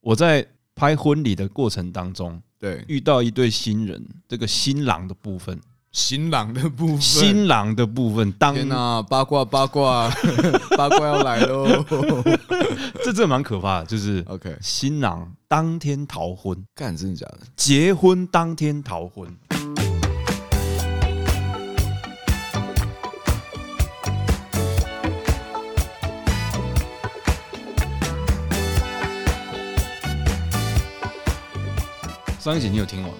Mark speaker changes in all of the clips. Speaker 1: 我在拍婚礼的过程当中，
Speaker 2: 对，
Speaker 1: 遇到一对新人，这个新郎的部分，
Speaker 2: 新郎的部分，
Speaker 1: 新郎的部分，当
Speaker 2: 天哪、八卦八卦 八卦要来 喽。
Speaker 1: 这这蛮可怕的，就是
Speaker 2: OK，
Speaker 1: 新郎当天逃婚，
Speaker 2: 干真的假的？
Speaker 1: 结婚当天逃婚。上一集你有听完吗？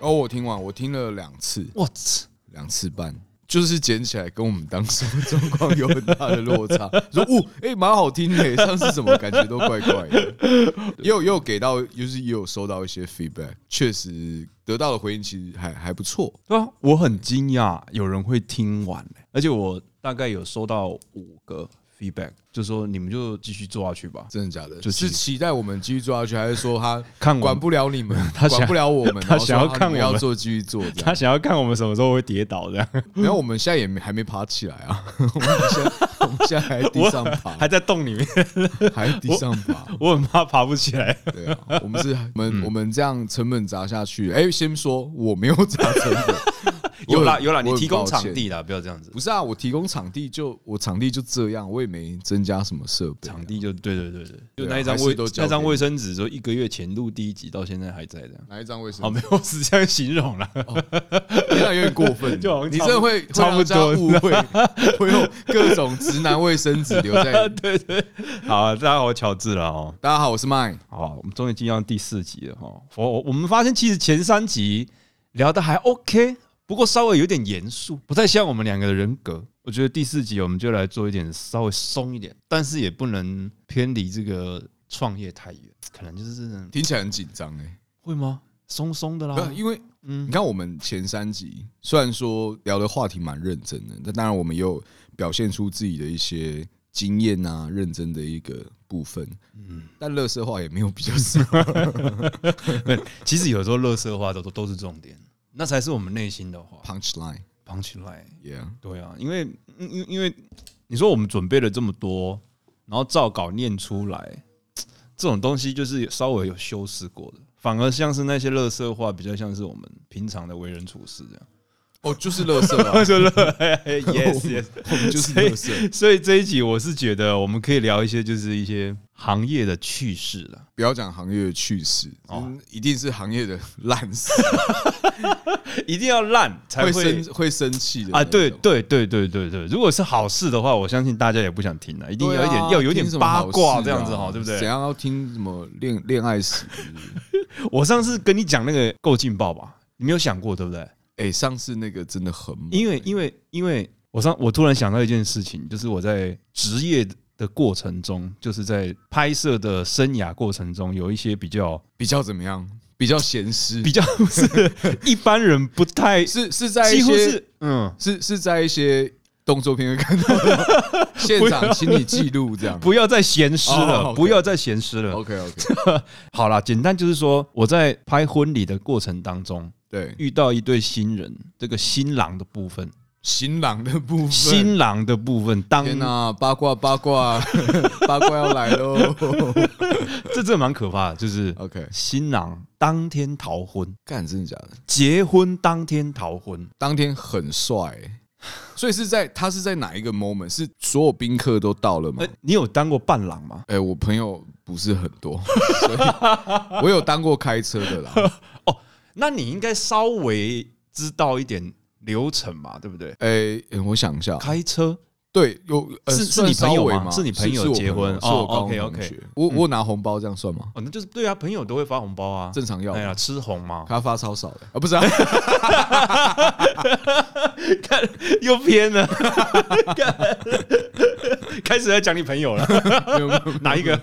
Speaker 2: 哦，我听完，我听了两次，
Speaker 1: 我操！
Speaker 2: 两次半，就是捡起来跟我们当时的状况有很大的落 差。说哦，哎、蛮好听的，上次怎么感觉都怪怪的。也有也有给到，就是也有收到一些 feedback，确实得到的回应其实还还不错。
Speaker 1: 对啊，我很惊讶有人会听完、欸，而且我大概有收到五个 feedback，就说你们就继续做下去吧。
Speaker 2: 真的假的？
Speaker 1: 就是
Speaker 2: 期待我们继续做下去，还是说他
Speaker 1: 看我
Speaker 2: 管不了你们，
Speaker 1: 他想
Speaker 2: 管不了我们，
Speaker 1: 他想要
Speaker 2: 然后说啊
Speaker 1: 看我
Speaker 2: 你们
Speaker 1: 们
Speaker 2: 要做继续做这样？
Speaker 1: 他想要看我们什么时候会跌倒，这样
Speaker 2: 然后我们现在也没还没爬起来 啊，我们现在我们现在还在地上爬，
Speaker 1: 还在洞里面，
Speaker 2: 还在地上爬。
Speaker 1: 我很怕爬不起 来。，
Speaker 2: 对啊，我们是，我们我们这样成本砸下去。哎，先说我没有砸成本
Speaker 1: 有啦
Speaker 2: 我
Speaker 1: 有啦，
Speaker 2: 我
Speaker 1: 你
Speaker 2: 很
Speaker 1: 提供
Speaker 2: 抱
Speaker 1: 场
Speaker 2: 歉
Speaker 1: 地啦，不要这样子，
Speaker 2: 不是啊？我提供场地就我场地就这样，我也没增加什么设备啊。
Speaker 1: 场地就对对对对，就
Speaker 2: 对啊
Speaker 1: 那一张
Speaker 2: 还是
Speaker 1: 卫
Speaker 2: 都交
Speaker 1: 那张
Speaker 2: 给
Speaker 1: 卫生纸，说一个月前录第一集到现在还在这样。
Speaker 2: 哪一张卫生
Speaker 1: 好，
Speaker 2: 纸？
Speaker 1: 没有是这样形容啦。
Speaker 2: 你这样有点过 分，
Speaker 1: 就好像
Speaker 2: 你
Speaker 1: 差
Speaker 2: 这
Speaker 1: 不
Speaker 2: 会会
Speaker 1: 差不
Speaker 2: 让
Speaker 1: 多
Speaker 2: 大家误 会，会有各种直男卫生纸留在。
Speaker 1: 对对，好啊，大家好，我乔治了哦。
Speaker 2: 大家好，我是麦，
Speaker 1: 好，我们终于进到第四集了哈。我我我们发现其实前三集聊的还 OK，不过稍微有点严肃，不太像我们两个的人格。我觉得第四集我们就来做一点稍微松一点，但是也不能偏离这个创业太远，可能就是
Speaker 2: 听起来很紧张哎。
Speaker 1: 会吗？松松的
Speaker 2: 不
Speaker 1: 啦
Speaker 2: 是，，因为
Speaker 1: 嗯
Speaker 2: 你看我们前三集虽然说聊的话题蛮认真的，但当然我们也有表现出自己的一些经验啊，认真的一个部分。
Speaker 1: 嗯，
Speaker 2: 但乐色话也没有比 较少，
Speaker 1: 其实有时候乐色话都都都是重点，那才是我们内心的话
Speaker 2: punch line，yeah，
Speaker 1: 绑起来。对啊，因为因因因为你说我们准备了这么多，然后照稿念出来，这种东西就是稍微有修饰过的，反而像是那些乐色话，比较像是我们平常的为人处事这样。
Speaker 2: 哦，就是乐色啊
Speaker 1: 就乐
Speaker 2: 我们就是乐色，
Speaker 1: 所以这一集我是觉得我们可以聊一些就是一些行业的趣事了。
Speaker 2: 不要讲行业的趣事，
Speaker 1: 哦
Speaker 2: 嗯一定是行业的烂事，
Speaker 1: 一定要烂才
Speaker 2: 会
Speaker 1: 会
Speaker 2: 生会生气的
Speaker 1: 啊！
Speaker 2: 那种
Speaker 1: 对对对对对对，如果是好事的话，我相信大家也不想听了，一定
Speaker 2: 对
Speaker 1: 要
Speaker 2: 啊
Speaker 1: 有一点要有点
Speaker 2: 听什么
Speaker 1: 八
Speaker 2: 好事
Speaker 1: 卦
Speaker 2: 啊
Speaker 1: 这样子哈，对不对
Speaker 2: 怎？样要听什么恋恋爱 史？是不是
Speaker 1: 我上次跟你讲那个够劲爆吧，你没有想过对不对？
Speaker 2: 哎、上次那个真的很猛，
Speaker 1: 因为因为因为我上我突然想到一件事情，就是我在职业的过程中，就是在拍摄的生涯过程中，有一些比较
Speaker 2: 比较怎么样？比较闲适，
Speaker 1: 比较不是一般人不 太，
Speaker 2: 是是在一
Speaker 1: 几乎
Speaker 2: 些
Speaker 1: 是嗯，
Speaker 2: 是是在一些动作片会看到的 吗现场，请你记录这样。
Speaker 1: 啊不啊要再闲湿
Speaker 2: 哦
Speaker 1: 了，
Speaker 2: ，OK
Speaker 1: 不要再闲湿了。
Speaker 2: OK OK，
Speaker 1: 好啦，简单就是说，我在拍婚礼的过程当中，
Speaker 2: 对
Speaker 1: 遇到一对新人，这个新郎的部分，
Speaker 2: 新郎的部分。
Speaker 1: 新郎的部分，当
Speaker 2: 天哪、八卦八卦 八卦要来喽
Speaker 1: 这这蛮可怕的，就是
Speaker 2: ！OK，
Speaker 1: 新郎当天逃婚，
Speaker 2: 干真的假的？
Speaker 1: 结婚当天逃婚，
Speaker 2: 当天很帅欸、所以是在他是在哪一个 moment？是所有宾客都到了吗
Speaker 1: 呃？，你有当过伴郎吗？
Speaker 2: 哎、我朋友不是很多，所以 我有当过开车的啦。
Speaker 1: 那你应该稍微知道一点流程嘛，对不对？
Speaker 2: 哎、哎我想一下，
Speaker 1: 开车
Speaker 2: 对，有、呃、
Speaker 1: 是是
Speaker 2: 算
Speaker 1: 你朋友
Speaker 2: 稍微
Speaker 1: 吗
Speaker 2: 吗？
Speaker 1: 是你朋友
Speaker 2: 是我
Speaker 1: 结婚
Speaker 2: 是我
Speaker 1: 哦
Speaker 2: 高中
Speaker 1: OK，OK
Speaker 2: 同学。我我拿红包这样算吗？
Speaker 1: 哦，那就是对啊，朋友都会发红包啊，
Speaker 2: 正常要
Speaker 1: 哎呀，
Speaker 2: 吗，
Speaker 1: 吃红 嘛，
Speaker 2: 他发超少的啊，不是啊，
Speaker 1: 看又偏了， 看开始在讲你朋友了，
Speaker 2: 没有没有
Speaker 1: 哪一个？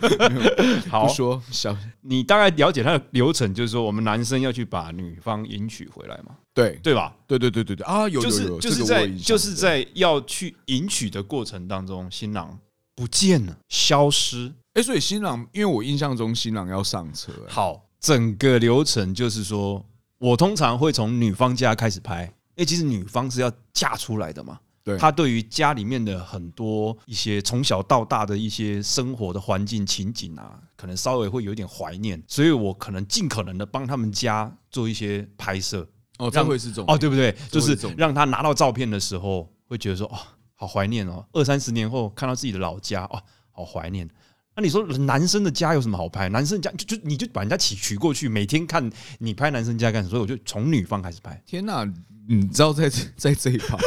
Speaker 1: 好
Speaker 2: 不，说小
Speaker 1: 你大概了解他的流程，就是说我们男生要去把女方迎娶回来嘛，
Speaker 2: 对
Speaker 1: 对吧？
Speaker 2: 对对对对对啊，有有
Speaker 1: 就是
Speaker 2: 有，
Speaker 1: 就是
Speaker 2: 这个我
Speaker 1: 在
Speaker 2: 有印象
Speaker 1: 就是在要去迎娶的过程当中，新郎不见了，消失。
Speaker 2: 哎，所以新郎，因为我印象中新郎要上车，哎
Speaker 1: 好，整个流程就是说，我通常会从女方家开始拍，因为其实女方是要嫁出来的嘛，
Speaker 2: 对
Speaker 1: 他对于家里面的很多一些从小到大的一些生活的环境情景啊，可能稍微会有一点怀念，所以我可能尽可能的帮他们家做一些拍摄，
Speaker 2: 哦，这
Speaker 1: 让
Speaker 2: 会是这种
Speaker 1: 哦，对不对？
Speaker 2: 这
Speaker 1: 就
Speaker 2: 会是
Speaker 1: 是
Speaker 2: 这种
Speaker 1: 让他拿到照片的时候，会觉得说哦，好怀念哦，二三十年后看到自己的老家哦，好怀念。那你说呃男生的家有什么好拍？男生的家就就你就把人家娶娶过去，每天看你拍男生家干什么？所以我就从女方开始拍。
Speaker 2: 天哪、你知道在 这在这一趴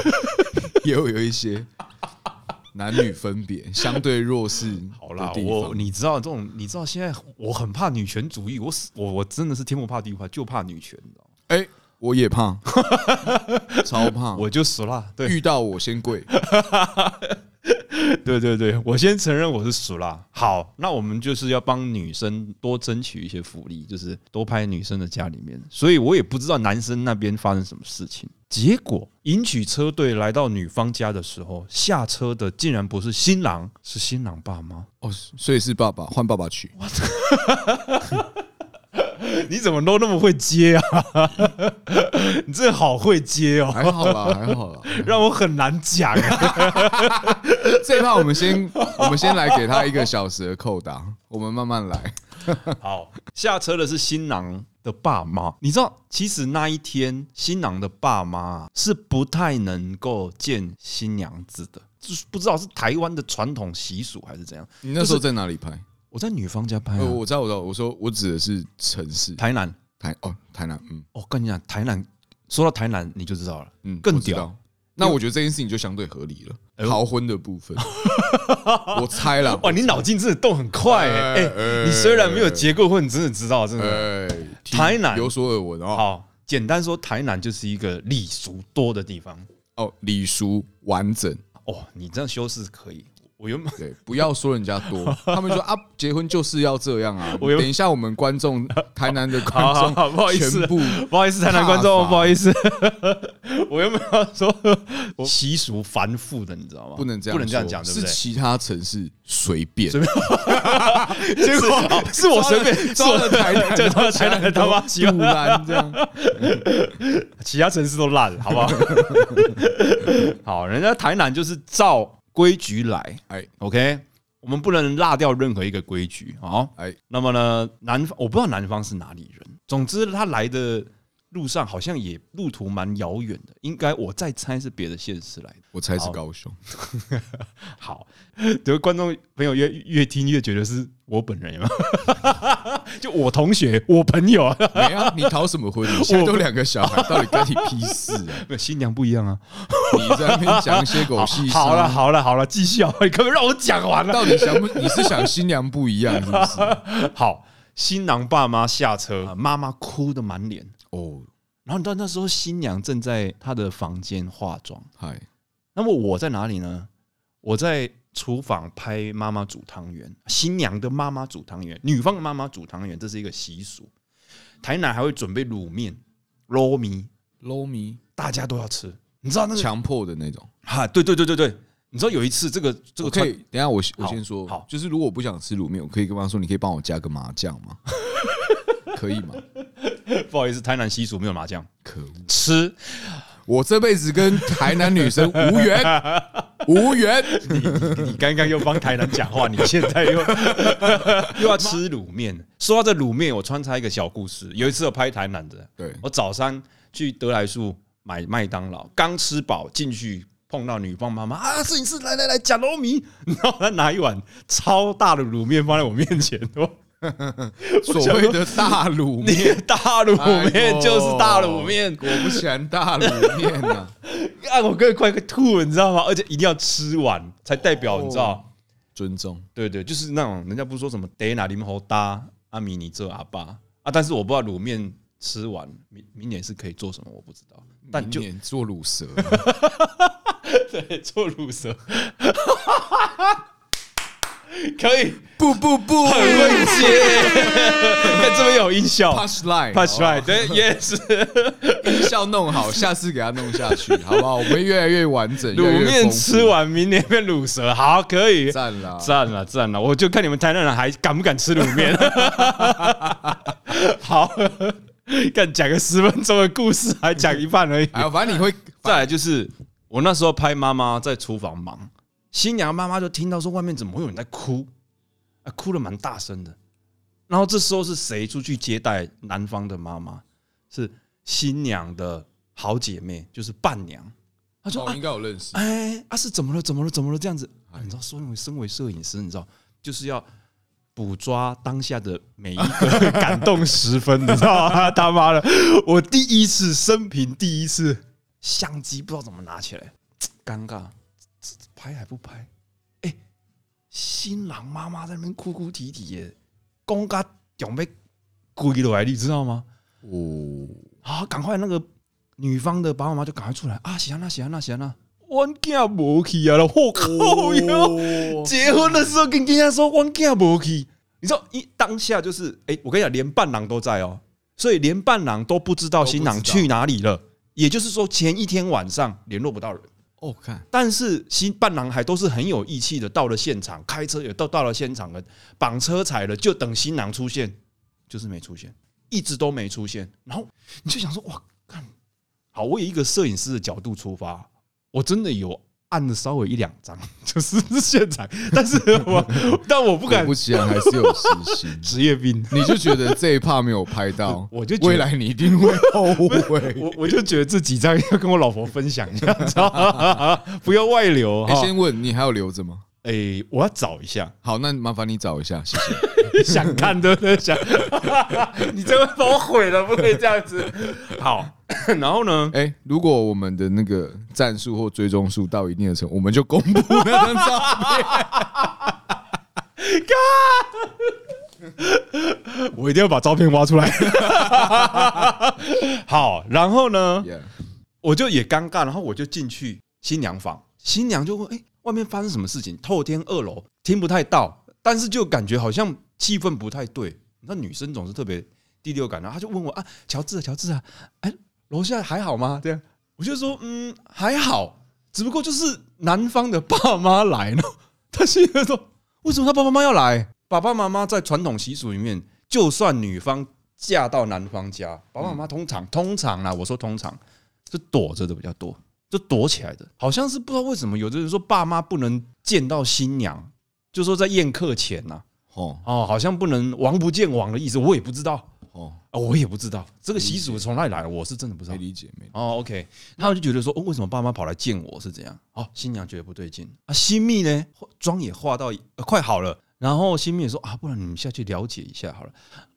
Speaker 2: 也会有一些男女分别相对弱势的地方。
Speaker 1: 好啦，我你知道这种，你知道现在我很怕女权主义，我死我我真的是天不怕地不怕，就怕女权，你知道吗？
Speaker 2: 哎、我也怕， 超怕。
Speaker 1: 我就死啦，对，
Speaker 2: 遇到我先跪，
Speaker 1: 对对对，我先承认我是熟啦。好，那我们就是要帮女生多争取一些福利，就是多拍女生的家里面。所以我也不知道男生那边发生什么事情。结果迎娶车队来到女方家的时候，下车的竟然不是新郎，是新郎爸妈。
Speaker 2: 哦，所以是爸爸换爸爸去，
Speaker 1: 你怎么都那么会接啊？ 你真的好会接哦，
Speaker 2: 还好啦，还好啦。
Speaker 1: 让我很难讲、啊。
Speaker 2: 这一趴我们先，我们先来给他一个小时的扣打，我们慢慢来。
Speaker 1: 好，下车的是新郎的爸妈。你知道，其实那一天新郎的爸妈是不太能够见新娘子的，就是不知道是台湾的传统习俗还是怎样。
Speaker 2: 你那时候在哪里拍？
Speaker 1: 我在女方家拍、
Speaker 2: 呃，
Speaker 1: 啊，
Speaker 2: 我知道，我知道，我说我指的是城市，
Speaker 1: 台南。
Speaker 2: 台哦，台南，嗯
Speaker 1: 我、跟你讲，台南说到台南你就知道了，
Speaker 2: 嗯，
Speaker 1: 更
Speaker 2: 我知
Speaker 1: 屌
Speaker 2: 道。那我觉得这件事情就相对合理
Speaker 1: 哎呦
Speaker 2: 了，逃婚的 部分，我猜了。
Speaker 1: 哇，你脑筋真的动很快哎、欸你虽然没有结过婚，你真的知道，真的。
Speaker 2: 哎，听
Speaker 1: 台南
Speaker 2: 有所耳闻哦。
Speaker 1: 好，简单说，台南就是一个礼俗多的地方。
Speaker 2: 哦，礼俗完整，
Speaker 1: 哦，你这样修饰可以。我原本
Speaker 2: 对，不要说人家 多，他们说啊，结婚就是要这样啊。
Speaker 1: 我有
Speaker 2: 等一下，我们观 众，台南的观
Speaker 1: 好好
Speaker 2: 众，
Speaker 1: 好不好意思
Speaker 2: 全 部
Speaker 1: 不好意思，台南观
Speaker 2: 踏
Speaker 1: 众，
Speaker 2: 伐
Speaker 1: 不好意思， 我原本要说我习俗繁复的，你知道吗？
Speaker 2: 不能这样
Speaker 1: 不
Speaker 2: 说，
Speaker 1: 能这样讲，对不
Speaker 2: 是
Speaker 1: 对？
Speaker 2: 其他城市随便，
Speaker 1: 结果是我随便，是
Speaker 2: 抓
Speaker 1: 我
Speaker 2: 了台 南，
Speaker 1: 就抓了台南的他妈
Speaker 2: 喜欢这样，
Speaker 1: 其他城市都烂，好不 好？好，人家台南就是照规矩来，
Speaker 2: 哎
Speaker 1: OK，我们不能落掉任何一个规矩好，
Speaker 2: 哎，
Speaker 1: 那么呢，南方我不知道南方是哪里人，总之他来的路上好像也路途蛮遥远的，应该我再猜是别的县市来的。
Speaker 2: 我猜是高雄，
Speaker 1: 好， 得观众朋友越越听越觉得是我本人有没有？ 就我同学，我朋友 啊，
Speaker 2: 没啊，你逃什 么婚？你现在都两个小孩，到底干你屁事啊？
Speaker 1: 没有新娘不一样啊。
Speaker 2: 你在那边讲一些狗 屁，
Speaker 1: 好了，好了好了，继续啊！你可不可以让我讲完了？
Speaker 2: 到底想不？你是想新娘不一样是不 是？
Speaker 1: 好，新郎爸妈下车，妈妈哭的满脸。
Speaker 2: 哦，
Speaker 1: 然后你知道那时候新娘正在她的房间化妆，
Speaker 2: 嗨，
Speaker 1: 那么我在哪里呢？我在厨房拍妈妈煮汤圆，新娘的妈妈煮汤圆，女方的妈妈煮汤圆，这是一个习俗。台南还会准备卤面、肉米，
Speaker 2: low 迷，
Speaker 1: 大家都要吃。你知道那个
Speaker 2: 强迫的那种。
Speaker 1: 哈？对对对对对，你知道有一次这个这
Speaker 2: 我
Speaker 1: 个
Speaker 2: 可以
Speaker 1: 传，
Speaker 2: 等一下我我
Speaker 1: 好
Speaker 2: 先说，
Speaker 1: 好
Speaker 2: 就是如果我不想吃卤面，我可以跟他说，你可以帮我加个麻酱吗？ 可以吗？
Speaker 1: 不好意思，台南习俗没有麻将，
Speaker 2: 可恶，
Speaker 1: 吃
Speaker 2: 我这辈子跟台南女生 无缘，无缘。
Speaker 1: 你刚刚又帮台南讲话，你现在又 又要吃卤面。说到这卤面，我穿插一个小故事。有一次我拍台南的，
Speaker 2: 对，
Speaker 1: 我早上去德来树买麦当劳，刚吃饱进去碰到女方妈妈啊，摄影师来来来，假糯米， 然后她拿一碗超大的卤面放在我面前，我
Speaker 2: 所谓的大卤
Speaker 1: 你
Speaker 2: 面，
Speaker 1: 大卤
Speaker 2: 哎
Speaker 1: 面
Speaker 2: 呦
Speaker 1: 就是大卤面，
Speaker 2: 果不其然，大卤面呐，
Speaker 1: 啊，我哥快快吐了，你知道吗？而且一定要吃完才代表
Speaker 2: 哦
Speaker 1: 你知道。
Speaker 2: 尊重。
Speaker 1: 对对，就是那种人家不是说什么 “day 哪里面猴搭阿米你这阿爸啊”，但是我不知道卤面吃完明明年是可以做什么，我不知道。但就
Speaker 2: 明年做 卤蛇，
Speaker 1: 对做卤蛇， 可以
Speaker 2: 不不 不，
Speaker 1: 很会接，但这边有音效
Speaker 2: pass line
Speaker 1: ，punch
Speaker 2: line，
Speaker 1: right，对，yes，
Speaker 2: 音效弄好，下次给他弄下 去，好不好？我们越来越完整，越来
Speaker 1: 卤
Speaker 2: 越丰
Speaker 1: 面
Speaker 2: 富
Speaker 1: 吃完明年变卤蛇，好，可以。
Speaker 2: 赞啦，
Speaker 1: 赞了赞了，我就看你们台南人还敢不敢吃卤面。 好，干讲个十分钟的故事，还讲一半而已。
Speaker 2: 哎，反正你会
Speaker 1: 啊再来就是，我那时候拍妈妈在厨房忙，新娘妈妈就听到说外面怎么会有人在哭，啊，哭的蛮大声的。然后这时候是谁出去接待男方的妈妈？是新娘的好姐妹，就是伴娘。她说：“
Speaker 2: 哦，应该有认识，
Speaker 1: 哎、啊是怎么了？怎么了？怎么了？这样子，啊你知道，身为身为摄影师，你知道，就是要捕抓当下的每一个感动时分，你知道吗？他妈的，我第一次生平第一次相机不知道怎么拿起来，尴尬，这这拍还不拍？哎、新郎妈妈在那边哭哭啼啼耶，公家准备跪落来，你知道吗？
Speaker 2: 哦，
Speaker 1: 啊，赶快那个女方的爸爸妈妈就赶快出来啊！喜安娜，喜安娜，喜安娜，我囝无去啊了，我靠哟！ 结婚的时候跟人家说我囝无去，你知道一当下就是，哎、我跟你讲，连伴郎都在哦，所以连伴郎都不知道
Speaker 2: 都不
Speaker 1: 新郎
Speaker 2: 知道
Speaker 1: 去哪里了，也就是说前一天晚上联络不到人。
Speaker 2: 哦，看，
Speaker 1: 但是新伴郎还都是很有义气的，到了现场，开车也到到了现场了，绑车踩了，就等新郎出现，就是没出现，一直都没出现。然后你就想说，哇，看，好，我以一个摄影师的角度出发，我真的有按了稍微一两张，就是现场，但是我但我不
Speaker 2: 不
Speaker 1: 敢，
Speaker 2: 不起来还是有私心
Speaker 1: 职业病，
Speaker 2: 你就觉得这一趴没有拍到，
Speaker 1: 我就觉得
Speaker 2: 未来你一定会后 悔。
Speaker 1: 我我就觉得这几张要跟我老婆分享一下，你知道吗 不要外流
Speaker 2: 哎，
Speaker 1: 哈。
Speaker 2: 先问你还有留着吗？
Speaker 1: 哎，我要找一下。
Speaker 2: 好，那麻烦你找一下，谢 谢。
Speaker 1: 想看对不对？想， 你这会把我毁了，不可以这样子。好， 然后呢？
Speaker 2: 哎、如果我们的那个战术或追踪数到一定的程度，我们就公布那张照片。
Speaker 1: 我一定要把照片挖出来。 好，然后呢？
Speaker 2: Yeah
Speaker 1: 我就也尴尬，然后我就进去新娘房，新娘就问：“哎、外面发生什么事情？”透天二楼听不太到，但是就感觉好像气氛不太对。那女生总是特别第六感，然后她就问我：“啊，乔治啊，乔治啊，哎、楼下还好吗？”这样，我就说：“嗯，还好，只不过就是男方的爸妈来了。”他心里说：“为什么他爸爸妈妈要来？爸爸妈妈在传统习俗里面，就算女方嫁到男方家，爸爸妈妈通常通常啦，我说通常是躲着的比较多，就躲起来的。好像是不知道为什么，有的人说爸妈不能见到新娘，就说在宴客前呐、
Speaker 2: 哦
Speaker 1: 哦，好像不能王不见王的意思，我也不知道
Speaker 2: 哦，
Speaker 1: 啊、我也不知道这个习俗从哪里来的，我是真的不知道
Speaker 2: 没。理解没理解。
Speaker 1: 哦，OK，他们就觉得说，哦，为什么爸妈跑来见我是怎样？哦，新娘觉得不对劲啊，新密呢妆也化到、呃快好了，然后新密也说啊，不然你们下去了解一下好了。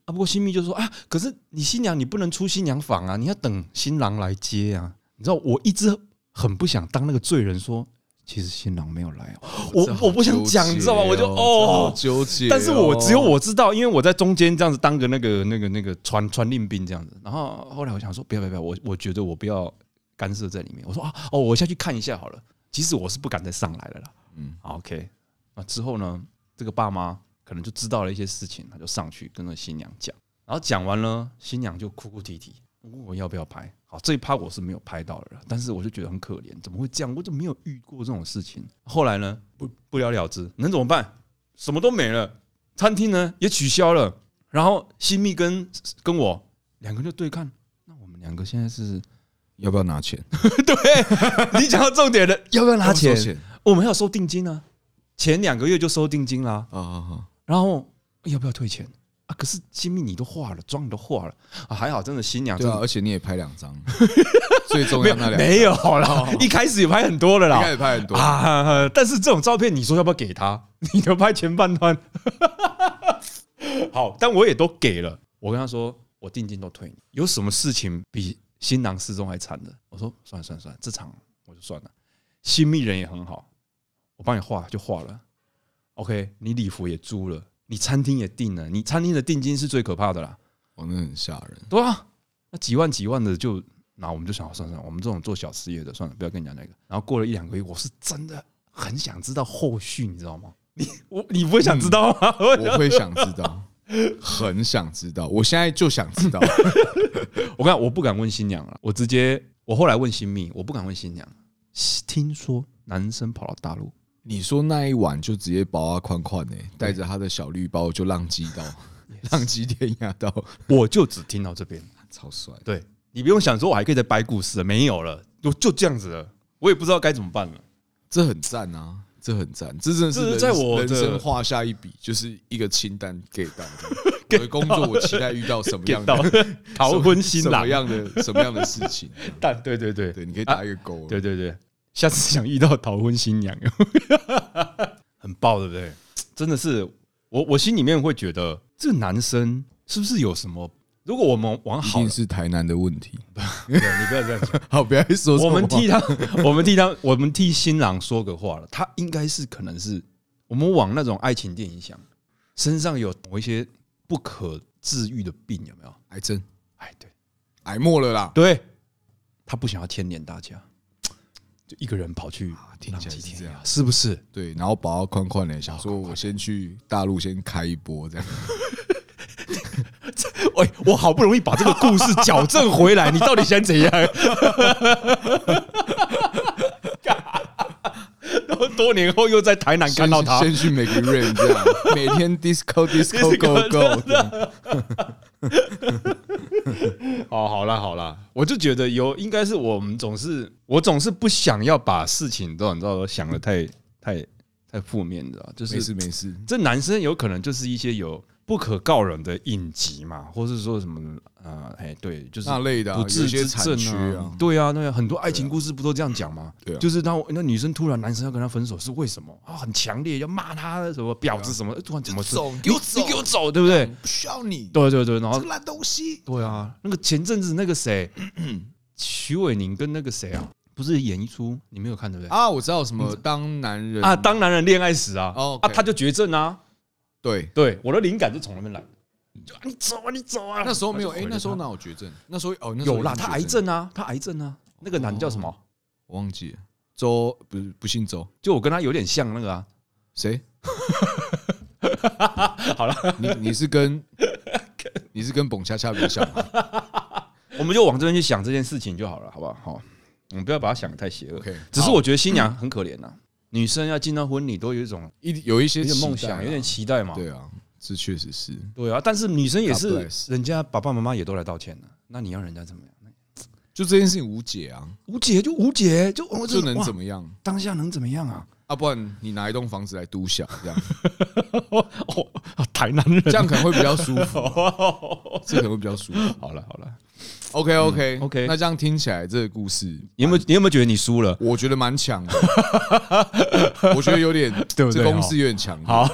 Speaker 1: 啊，不过新密就说啊，可是你新娘你不能出新娘房啊，你要等新郎来接啊。你知道我一直很不想当那个罪人说，其实新郎没有来、哦，
Speaker 2: 这好
Speaker 1: 我我不想讲，
Speaker 2: 纠结
Speaker 1: 你知道吗？我就
Speaker 2: 哦，这好
Speaker 1: 哦，
Speaker 2: 纠结哦。
Speaker 1: 但是我只有我知道，因为我在中间这样子当个那个那个那个传传令兵这样子。然后后来我想说，不要不要不要，我我觉得我不要干涉在里面。我说啊哦，我下去看一下好了。其实我是不敢再上来了啦。嗯
Speaker 2: 嗯
Speaker 1: ，OK。那之后呢，这个爸妈可能就知道了一些事情，他就上去跟那新娘讲。然后讲完了，新娘就哭哭啼啼，问我要不要拍。好，这一趴我是没有拍到的啦，但是我就觉得很可怜，怎么会这样？我怎么没有遇过这种事情？后来呢，不不了了之，能怎么办？什么都没了，餐厅呢也取消了，然后新密跟跟我两个人就对看，那我们两个现在 是
Speaker 2: 要不要拿钱？
Speaker 1: 你讲到重点了，要不要拿
Speaker 2: 要
Speaker 1: 钱
Speaker 2: 不要收？钱
Speaker 1: 我们要收定金啊，前两个月就收定金啦、
Speaker 2: 啊啊啊！
Speaker 1: 然后要不要退钱啊？可是新密你都化了，妆你都化了啊，还好真的新娘真
Speaker 2: 对
Speaker 1: 的
Speaker 2: 啊，而且你也拍两张，最重
Speaker 1: 没
Speaker 2: 要
Speaker 1: 有
Speaker 2: 那两张哦
Speaker 1: 没有啦，一开始也拍很多了
Speaker 2: 一开
Speaker 1: 啦
Speaker 2: 始拍很多，
Speaker 1: 啊，但是这种照片你说要不要给他？你都拍前半段， 好，但我也都给了。我跟他说，我定金都退你。有什么事情比新郎失踪还惨的？我说算了算了算了，这场我就算了。新密人也很好，我帮你画就画了。OK，你礼服也租了，你餐厅也订了，你餐厅的定金是最可怕的啦。
Speaker 2: 哦，那很吓人。
Speaker 1: 对啊，那几万几万的就，那我们就想算了算了，我们这种做小事业的，算了，不要跟你讲那个。然后过了一两个月，我是真的很想知道后续，你知道吗？嗯你我你不会想知道吗？
Speaker 2: 我会想知道，很想知道，我现在就想知道。
Speaker 1: 我看我不敢问新娘了，我直接我后来问新密，我不敢问新娘。听说男生跑到大陆，
Speaker 2: 你说那一晚就直接包啊宽宽呢，带着他的小绿包就浪迹到，浪迹天涯到，
Speaker 1: 我就只听到这边。
Speaker 2: 超帅。
Speaker 1: 对你不用想说，我还可以再掰故事，没有了，就就这样子了。我也不知道该怎么办了。
Speaker 2: 这很赞啊，这很赞，这真的是
Speaker 1: 这是
Speaker 2: 人
Speaker 1: 在我
Speaker 2: 人
Speaker 1: 的
Speaker 2: 生画下一笔，就是一个清单给到 我的工作，我期待遇到 什么样
Speaker 1: 见
Speaker 2: 的
Speaker 1: 到逃婚新
Speaker 2: 什
Speaker 1: 郎
Speaker 2: 么，样的什么样的事 情？
Speaker 1: 但对对对
Speaker 2: 对，你可以打一个勾。
Speaker 1: 对对对，下次想遇到逃婚新娘， 很爆，对不对？真的是，我我心里面会觉得，这个男生是不是有什么？如果我们往
Speaker 2: 一
Speaker 1: 好
Speaker 2: 定
Speaker 1: 了，
Speaker 2: 是台南的问题。
Speaker 1: 对你不要这样讲，
Speaker 2: 好，不要再说什么
Speaker 1: 我
Speaker 2: 话
Speaker 1: 们替他， 我们替他，我们替新郎说个话了。他应该是可能是我们往那种爱情电影想，身上有某一些不可治愈的病，有没有？
Speaker 2: 癌症
Speaker 1: 哎，对
Speaker 2: 癌末了啦。
Speaker 1: 对，他不想要牵连大家，就一个人跑去
Speaker 2: 啊听起来
Speaker 1: 浪迹
Speaker 2: 是
Speaker 1: 天
Speaker 2: 这样
Speaker 1: 涯，是不是？
Speaker 2: 对，然后把他宽宽了一下，
Speaker 1: 把他
Speaker 2: 说
Speaker 1: 宽宽
Speaker 2: 我先去大陆先开一波这样。
Speaker 1: 喂、哎我好不容易把这个故事矫正回来，你到底想怎样？然后多年后又在台南 看到他，
Speaker 2: 先去 Make Rain 这样，每天 Disco Disco Go Go 这样。
Speaker 1: 哦，好啦好啦，我就觉得有，应该是我们总是我总是不想要把事情都你知道想的太太太负面，你知道，就
Speaker 2: 没事
Speaker 1: 是
Speaker 2: 没事，
Speaker 1: 这男生有可能就是一些有不可告人的隐疾嘛，或是说什么呃，哎，对，就是
Speaker 2: 那类的啊
Speaker 1: 不治
Speaker 2: 有些
Speaker 1: 之
Speaker 2: 残缺
Speaker 1: 症
Speaker 2: 啊
Speaker 1: 对啊，对啊，很多爱情故事不都这样讲吗？
Speaker 2: 对啊
Speaker 1: 就是当那女生突然男生要跟她分手是为什么啊？很强烈要骂她什么婊子什么，哎突然怎么是
Speaker 2: 啊走
Speaker 1: 你
Speaker 2: 给我走
Speaker 1: 你给我走，对不对？
Speaker 2: 不需要你
Speaker 1: 对对对，然后
Speaker 2: 这烂东西。
Speaker 1: 哦对啊，那个前阵子那个谁，徐伟宁跟那个谁啊，不是演一出，你没有看对不对？
Speaker 2: 啊，我知道什么当男人
Speaker 1: 嗯啊，当男人恋爱时啊，
Speaker 2: 哦
Speaker 1: 啊，
Speaker 2: ，OK
Speaker 1: 他就绝症啊，
Speaker 2: 对，
Speaker 1: 对，我的灵感就从那边来，就啊，你走啊，你走啊，
Speaker 2: 那时候没有，
Speaker 1: 他就
Speaker 2: 哎
Speaker 1: 毁，了
Speaker 2: 那时候
Speaker 1: 他
Speaker 2: 哪有绝症？那时候哦，那时候
Speaker 1: 有啦，
Speaker 2: 已经
Speaker 1: 他癌症啊，他癌症啊，那个男的叫什么？
Speaker 2: 我忘记了。周不是不姓周，
Speaker 1: 就我跟他有点像那个啊，
Speaker 2: 谁？
Speaker 1: 好了，
Speaker 2: 你你是跟你是跟蹦恰恰比 较像吗？
Speaker 1: 我们就往这边去想这件事情就好了，好不好？好，我们不要把它想的太邪恶
Speaker 2: OK，，
Speaker 1: 只是
Speaker 2: 好
Speaker 1: 我觉得新娘很可怜呐，女生要进到婚礼都有一种
Speaker 2: 一有一些
Speaker 1: 有点梦
Speaker 2: 期待啊
Speaker 1: 想，有点期待嘛，
Speaker 2: 对啊，这确实是
Speaker 1: 对啊，但是女生也
Speaker 2: God
Speaker 1: 是，
Speaker 2: bless
Speaker 1: 人家爸爸妈妈也都来道歉了，那你要人家怎么样？
Speaker 2: 就这件事情无解啊，
Speaker 1: 无解就无解，就我
Speaker 2: 就能怎
Speaker 1: 么
Speaker 2: 么样？
Speaker 1: 当下能怎么样啊？
Speaker 2: 啊，不然你拿一栋房子来独享，这样
Speaker 1: 哦，台南人
Speaker 2: 这样可能会比较舒 服，
Speaker 1: 好
Speaker 2: 这可能会比较舒服。
Speaker 1: 了 好了，
Speaker 2: OK OK
Speaker 1: 嗯，OK
Speaker 2: 那这样听起来这个故事，
Speaker 1: 你有没有你有没有觉得你输了？
Speaker 2: 我觉得蛮强 的，我觉得有点，
Speaker 1: 对不对
Speaker 2: 这公司有点强。
Speaker 1: 好，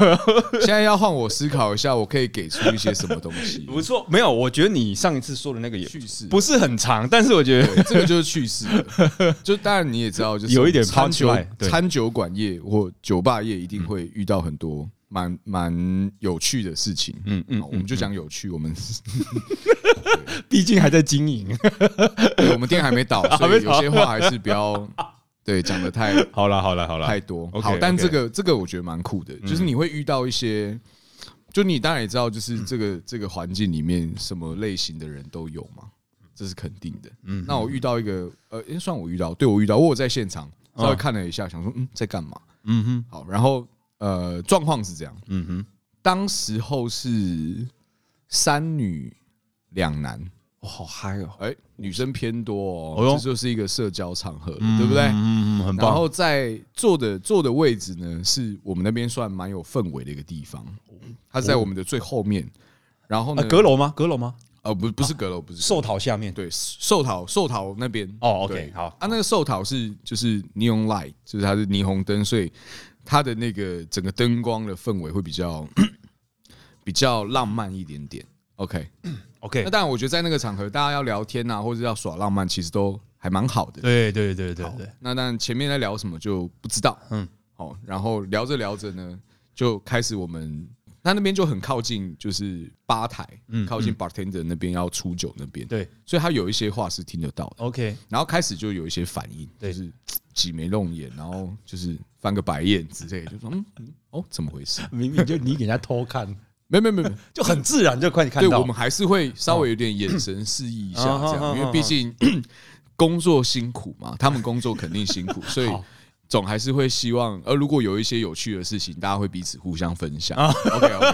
Speaker 2: 现在要换我思考一下，我可以给出一些什么东西？
Speaker 1: 不错，没有，我觉得你上一次说的那个也
Speaker 2: 叙事
Speaker 1: 不是很长，但是我觉得
Speaker 2: 对，这个就是趣事了。就当然你也知道，就是
Speaker 1: 有一点
Speaker 2: 餐酒
Speaker 1: punchline，对嗯
Speaker 2: 餐酒馆业或酒吧业一定会遇到很多蛮蛮有趣的事情。
Speaker 1: 嗯嗯
Speaker 2: 好，我们就讲有趣，我们
Speaker 1: 毕竟还在经营。
Speaker 2: 对我们店还没倒，所以有些话还是不要对讲的太
Speaker 1: 好了好了好了
Speaker 2: 太，多。
Speaker 1: OK，
Speaker 2: 好，但
Speaker 1: OK 嗯
Speaker 2: 这个这个我觉得蛮酷的，就是你会遇到一些，就你当然也知道，就是这个这个环境里面什么类型的人都有嘛，这是肯定的。
Speaker 1: 嗯
Speaker 2: 嗯，那我遇到一个呃，诶算我遇到，对我遇到，我有在现场稍微看了一下，想说嗯在干嘛？
Speaker 1: 嗯哼
Speaker 2: 好，然后呃状况是这样，
Speaker 1: 嗯哼，
Speaker 2: 当时候是三女两男。
Speaker 1: 我好嗨哦，
Speaker 2: 哎、女生偏多
Speaker 1: 哦
Speaker 2: 哦，
Speaker 1: 哟
Speaker 2: 这就是一个社交场合，对不对？
Speaker 1: 嗯嗯，很
Speaker 2: 然
Speaker 1: 棒。
Speaker 2: 后在坐的坐的位置呢，是我们那边算蛮有氛围的一个地方，它是在我们的最后面。然后呢
Speaker 1: 呃，，阁楼吗？阁楼吗？
Speaker 2: 呃不不是阁楼，不是
Speaker 1: 寿桃下面。
Speaker 2: 对寿桃寿桃那边
Speaker 1: 哦，OK，
Speaker 2: 对
Speaker 1: 好
Speaker 2: 啊，那个寿桃是就是 neon light，就是它是霓虹灯，所以它的那个整个灯光的氛围会比较 比较浪漫一点点。OK，
Speaker 1: OK，
Speaker 2: 那当然，我觉得在那个场合，大家要聊天啊，或者要耍浪漫，其实都还蛮好的。
Speaker 1: 对对对对对，
Speaker 2: 那但前面在聊什么就不知道，
Speaker 1: 嗯
Speaker 2: 嗯，好，然后聊着聊着呢，就开始我们那那边就很靠近，就是吧台，
Speaker 1: 嗯
Speaker 2: 靠近 bartender 那边要出酒那边，
Speaker 1: 对
Speaker 2: 所以他有一些话是听得到的，
Speaker 1: ，OK，
Speaker 2: 然后开始就有一些反应，
Speaker 1: 对
Speaker 2: 就是挤眉弄眼，然后就是翻个白眼之类的，就说嗯嗯哦怎么回事？
Speaker 1: 明明就你给人家偷看，
Speaker 2: 没没没没，
Speaker 1: 就很自然就快看
Speaker 2: 对
Speaker 1: 到。
Speaker 2: 我们还是会稍微有点眼神示意一下，
Speaker 1: 哦
Speaker 2: 这
Speaker 1: 哦哦
Speaker 2: 样，因
Speaker 1: 哦
Speaker 2: 为毕竟工作辛苦嘛，他们工作肯定辛苦，所以
Speaker 1: 好
Speaker 2: 总还是会希望，呃，如果有一些有趣的事情，大家会彼此互相分享。OK
Speaker 1: 啊
Speaker 2: OK，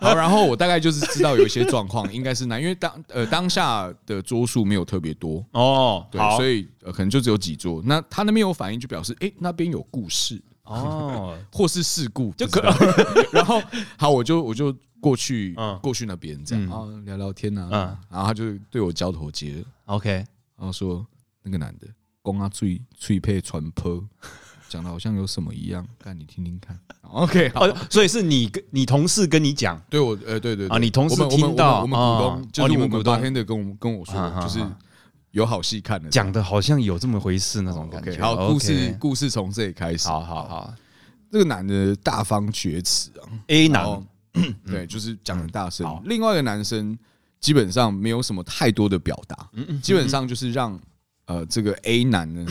Speaker 2: 好，然后我大概就是知道有一些状况应该是难，因为当呃当下的桌数没有特别多，
Speaker 1: 哦，
Speaker 2: 对，
Speaker 1: 好，
Speaker 2: 所
Speaker 1: 以
Speaker 2: 以、呃、可能就只有几桌。那他那边有反应，就表示诶，那边有故事
Speaker 1: 哦，
Speaker 2: 或是事故，就可。 然后好，我就我就过去、
Speaker 1: 嗯
Speaker 2: 过去那边这样，然后聊聊天啊，
Speaker 1: 嗯
Speaker 2: 然后他就对我交头接 耳，
Speaker 1: OK，
Speaker 2: 然后说那个男的公啊最最配传播， 讲的好像有什么一样，看你听听看。OK，好，
Speaker 1: 哦，所以是你跟你同事跟你讲，
Speaker 2: 对我呃对对
Speaker 1: 啊你同事
Speaker 2: 我们我们
Speaker 1: 听到
Speaker 2: 我们
Speaker 1: 啊
Speaker 2: 我们股东
Speaker 1: 哦
Speaker 2: 就是
Speaker 1: 你
Speaker 2: 我
Speaker 1: 们
Speaker 2: 们
Speaker 1: 股东
Speaker 2: 天的跟我们跟我说
Speaker 1: 啊啊，啊
Speaker 2: 就是有好戏看了。
Speaker 1: 讲的好像有这么回事那种感
Speaker 2: OK，
Speaker 1: 觉。
Speaker 2: 好，
Speaker 1: OK
Speaker 2: 故事故事从这里开始。
Speaker 1: 好好好
Speaker 2: 这个男的大方厥词啊，
Speaker 1: ，A
Speaker 2: 然
Speaker 1: 男
Speaker 2: 后 对，就是讲很大声
Speaker 1: 哦嗯好。
Speaker 2: 另外一个男生基本上没有什么太多的表达，
Speaker 1: 嗯
Speaker 2: 基本上就是让呃这个 A 男呢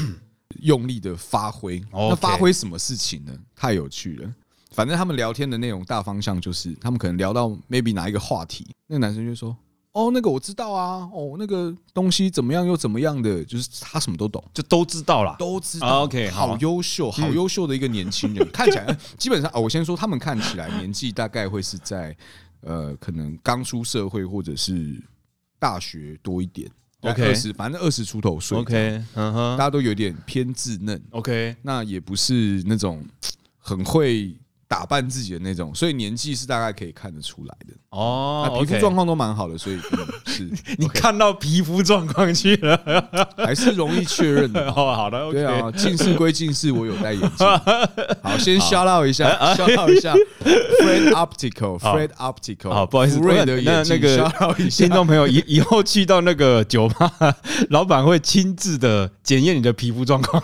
Speaker 2: 用力的发挥。
Speaker 1: 哦 OK
Speaker 2: 那发挥什么事情呢？太有趣了。反正他们聊天的内容大方向就是，他们可能聊到 maybe 哪一个话题，那个男生就说：“哦，那个我知道啊，哦，那个东西怎么样又怎么样的，就是他什么都懂。”
Speaker 1: 就都知道啦。
Speaker 2: 都知
Speaker 1: 啊
Speaker 2: 道。
Speaker 1: ，OK，好嗯
Speaker 2: 好优秀，好优秀的一个年轻 人，看起来基本上、哦，我先说他们看起来年纪大概会是在呃，可能刚出社会或者是大学多一点
Speaker 1: OK
Speaker 2: 二十，反正二十出头岁
Speaker 1: OK，嗯
Speaker 2: 大
Speaker 1: 哼
Speaker 2: 家都有点偏稚嫩，
Speaker 1: ，OK，
Speaker 2: 那也不是那种嘖很会。打扮自己的那种，所以年纪是大概可以看得出来的。
Speaker 1: 哦
Speaker 2: 那，皮
Speaker 1: OK
Speaker 2: 肤状况都蛮好的，所以、嗯、是
Speaker 1: 你看到皮肤状况去了。
Speaker 2: 还是容易确认的。
Speaker 1: 哦，好的
Speaker 2: 对
Speaker 1: ，OK，
Speaker 2: 啊，近视归近视，我有戴眼 镜。好，先 shout out 一下，shout out 一下 Fred Optical，Fred Optical。
Speaker 1: 好，不好意思，
Speaker 2: 福瑞的
Speaker 1: 那
Speaker 2: 眼镜
Speaker 1: 那个
Speaker 2: shout out 一 下
Speaker 1: 听。众朋友，以以后去到那个酒吧， 老板会亲自的检验你的皮肤状况。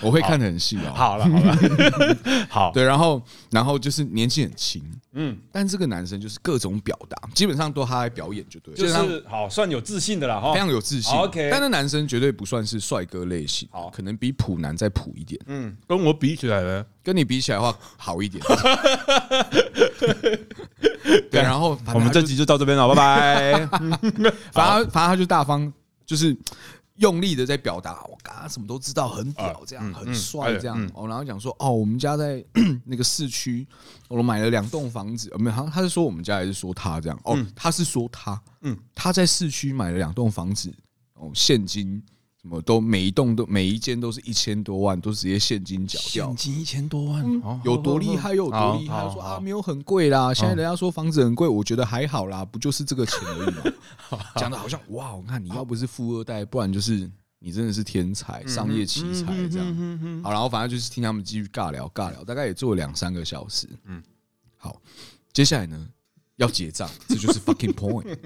Speaker 2: 我会看得很细哦。
Speaker 1: 好了，好了， 好，
Speaker 2: 对，然后然后就是年纪很轻，
Speaker 1: 嗯，
Speaker 2: 但这个男生就是各种表达，基本上都他在表演就对了，
Speaker 1: 就
Speaker 2: 基本上
Speaker 1: 是好，算有自信的啦，哈嗯
Speaker 2: 非。常有自信。
Speaker 1: 好，OK
Speaker 2: 但那男生绝对不算是帅哥类型
Speaker 1: 好，
Speaker 2: 可能比普男再普一点，
Speaker 1: 嗯，跟我比起来呢，
Speaker 2: 跟你比起来的话 好一点。对，然后反正
Speaker 1: 我们
Speaker 2: 他就
Speaker 1: 这集就到这 边了，拜拜。
Speaker 2: 反正他反正他就大方，就是用力的在表达，我刚刚什么都知道，很屌，这样很帅，这样哦。然后讲说，哦，我们家在 那个市区，我买了两栋房子，呃没有，他他是说我们家还是说他这样？哦，他是说他，嗯，他在市区买了两栋房子，哦，现金什么都每一栋都每一间都是一千多万，都直接现金缴掉，
Speaker 1: 金一千嗯多万
Speaker 2: 有多厉害又有多厉害。
Speaker 1: 好
Speaker 2: 他说
Speaker 1: 好
Speaker 2: 啊，没有很贵啦，现在人家说房子很贵，我觉得还好啦，不就是这个钱而已嘛。 讲的好像哇，我看你要不是富二代，不然就是你真的是天
Speaker 1: 嗯
Speaker 2: 才，商业奇才这样。好，然后反正就是听他们继续尬聊尬聊，大概也做了两三个小时。嗯，好，接下来呢要 结账，这就是 fucking point，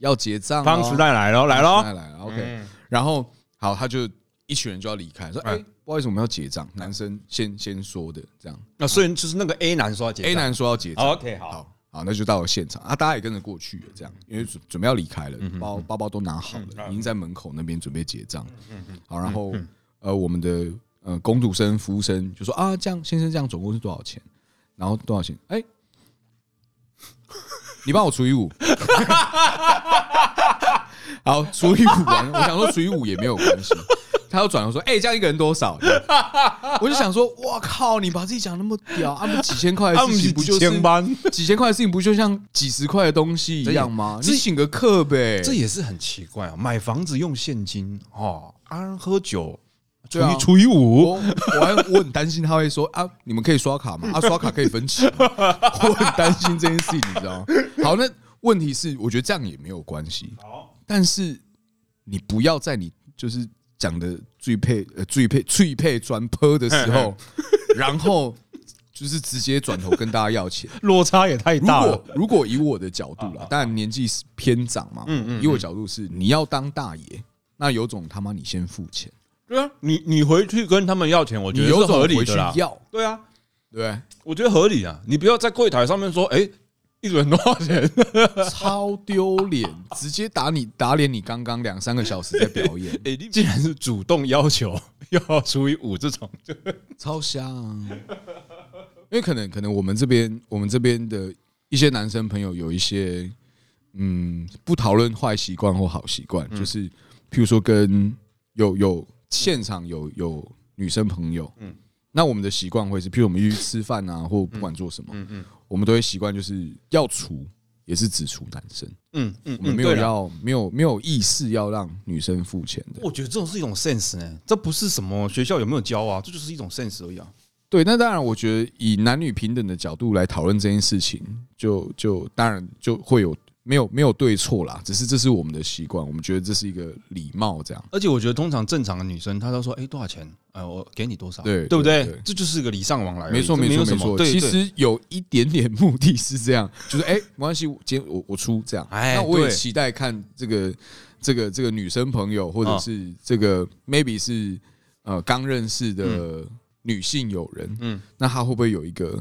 Speaker 2: 要结账哦。
Speaker 1: 方时代来了，来
Speaker 2: 来
Speaker 1: 了，
Speaker 2: 来了，OK。然后好，他就一群人就要离开，说：“哎
Speaker 1: 嗯，
Speaker 2: 不好意思，我们要结账。”男生先先说的，这样。
Speaker 1: 那所以就是那个 A 男说要结
Speaker 2: A
Speaker 1: 账
Speaker 2: 男说要结账
Speaker 1: 好，OK，好
Speaker 2: 好好，那就到了现场啊，大家也跟着过去了，这样，因为准准备要离开
Speaker 1: 嗯
Speaker 2: 了，包包包都拿好了，已经在门口那边准备结账。
Speaker 1: 嗯
Speaker 2: 好，然后呃，我们的呃工读生、服务生就说啊，这样先生这样总共是多少钱？然后多少钱？哎，你帮我除以五。 好，除以五完，我想说除以五也没有关系。他又转头说：“哎、这样一个人多少？” 我就想说：“我靠，你把自己讲那么屌，啊，不几千块的
Speaker 1: 啊，不
Speaker 2: 事
Speaker 1: 是
Speaker 2: 情不
Speaker 1: 几
Speaker 2: 就是
Speaker 1: 千万，
Speaker 2: 几千块的事情，不就像几十块的东西一样吗？
Speaker 1: 这
Speaker 2: 你请个客呗，
Speaker 1: 这也是很奇怪哦。买房子用现金哦，啊，喝酒除
Speaker 2: 对啊
Speaker 1: 以除以五
Speaker 2: 我，我还我很担心他会说啊，你们可以 刷卡吗？啊，刷卡可以分期吗， 我很担心这件事情，你知道吗？ 好，那问题是，我觉得这样也没有关系，
Speaker 1: 好，
Speaker 2: 但是你不要在你就是讲的最配呃最配最配转坡的时 候，然后就是直接转头跟大家要钱。
Speaker 1: 落差也太
Speaker 2: 如
Speaker 1: 大了啊
Speaker 2: 果。如果以我的角度啦，当然年纪是偏长嘛，
Speaker 1: 嗯
Speaker 2: 以我角度是你要当大爷，那有种他妈你先付钱，
Speaker 1: 对啊，你你回去跟他们要钱，我觉
Speaker 2: 你
Speaker 1: 得是
Speaker 2: 有种
Speaker 1: 合理
Speaker 2: 回
Speaker 1: 的
Speaker 2: 去
Speaker 1: 啦。
Speaker 2: 要，
Speaker 1: 对啊，
Speaker 2: 对
Speaker 1: 我觉得合理啊，你不要在柜台上面说，哎，一个人多少钱？，
Speaker 2: 不对，超丢脸，直接打你打脸你刚刚两三个小时在表演
Speaker 1: 哎，你竟然是主动要求 要除以五这种，就
Speaker 2: 超瞎啊！因为可能可能我们这边我们这边的一些男生朋友有一些嗯，不讨论坏习
Speaker 1: 嗯
Speaker 2: 惯或好习惯，就是譬如说跟有有现场有有女生朋友，
Speaker 1: 嗯
Speaker 2: 嗯，那我们的习惯会是，譬如我们去吃饭啊，或不管做什么，
Speaker 1: 嗯嗯
Speaker 2: 我们都会习惯就是要除，也是只除男生，
Speaker 1: 嗯嗯
Speaker 2: 我们没有。要没有没有意识要让女生付钱的。
Speaker 1: 我觉得这种是一种 sense 呢，这不是什么学校有没有教啊，这就是一种 sense 而已啊。
Speaker 2: 对，那当然，我觉得以男女平等的角度来讨论这件事情，就就当然就会有没有没有对错啦，只是这是我们的习惯，我们觉得这是一个礼貌，这样
Speaker 1: 而且我觉得通常正常的女生，她都说：“哎、多少钱？哎、我给你多少？”
Speaker 2: 对
Speaker 1: 对不对
Speaker 2: 对对
Speaker 1: 这就是个礼尚往来而已，
Speaker 2: 没错
Speaker 1: 这
Speaker 2: 没
Speaker 1: 有
Speaker 2: 错
Speaker 1: 什
Speaker 2: 没
Speaker 1: 么
Speaker 2: 错。
Speaker 1: 对，
Speaker 2: 其
Speaker 1: 对
Speaker 2: 实有一点点 目的是这样，就是哎、没关系，我今天我我出这样，
Speaker 1: 哎
Speaker 2: 那我也
Speaker 1: 对
Speaker 2: 期待看这个这个这个女生朋友，或者
Speaker 1: 哦
Speaker 2: 是这个 maybe 是呃刚认识的女性友人，
Speaker 1: 嗯
Speaker 2: 嗯，那她会不会有一个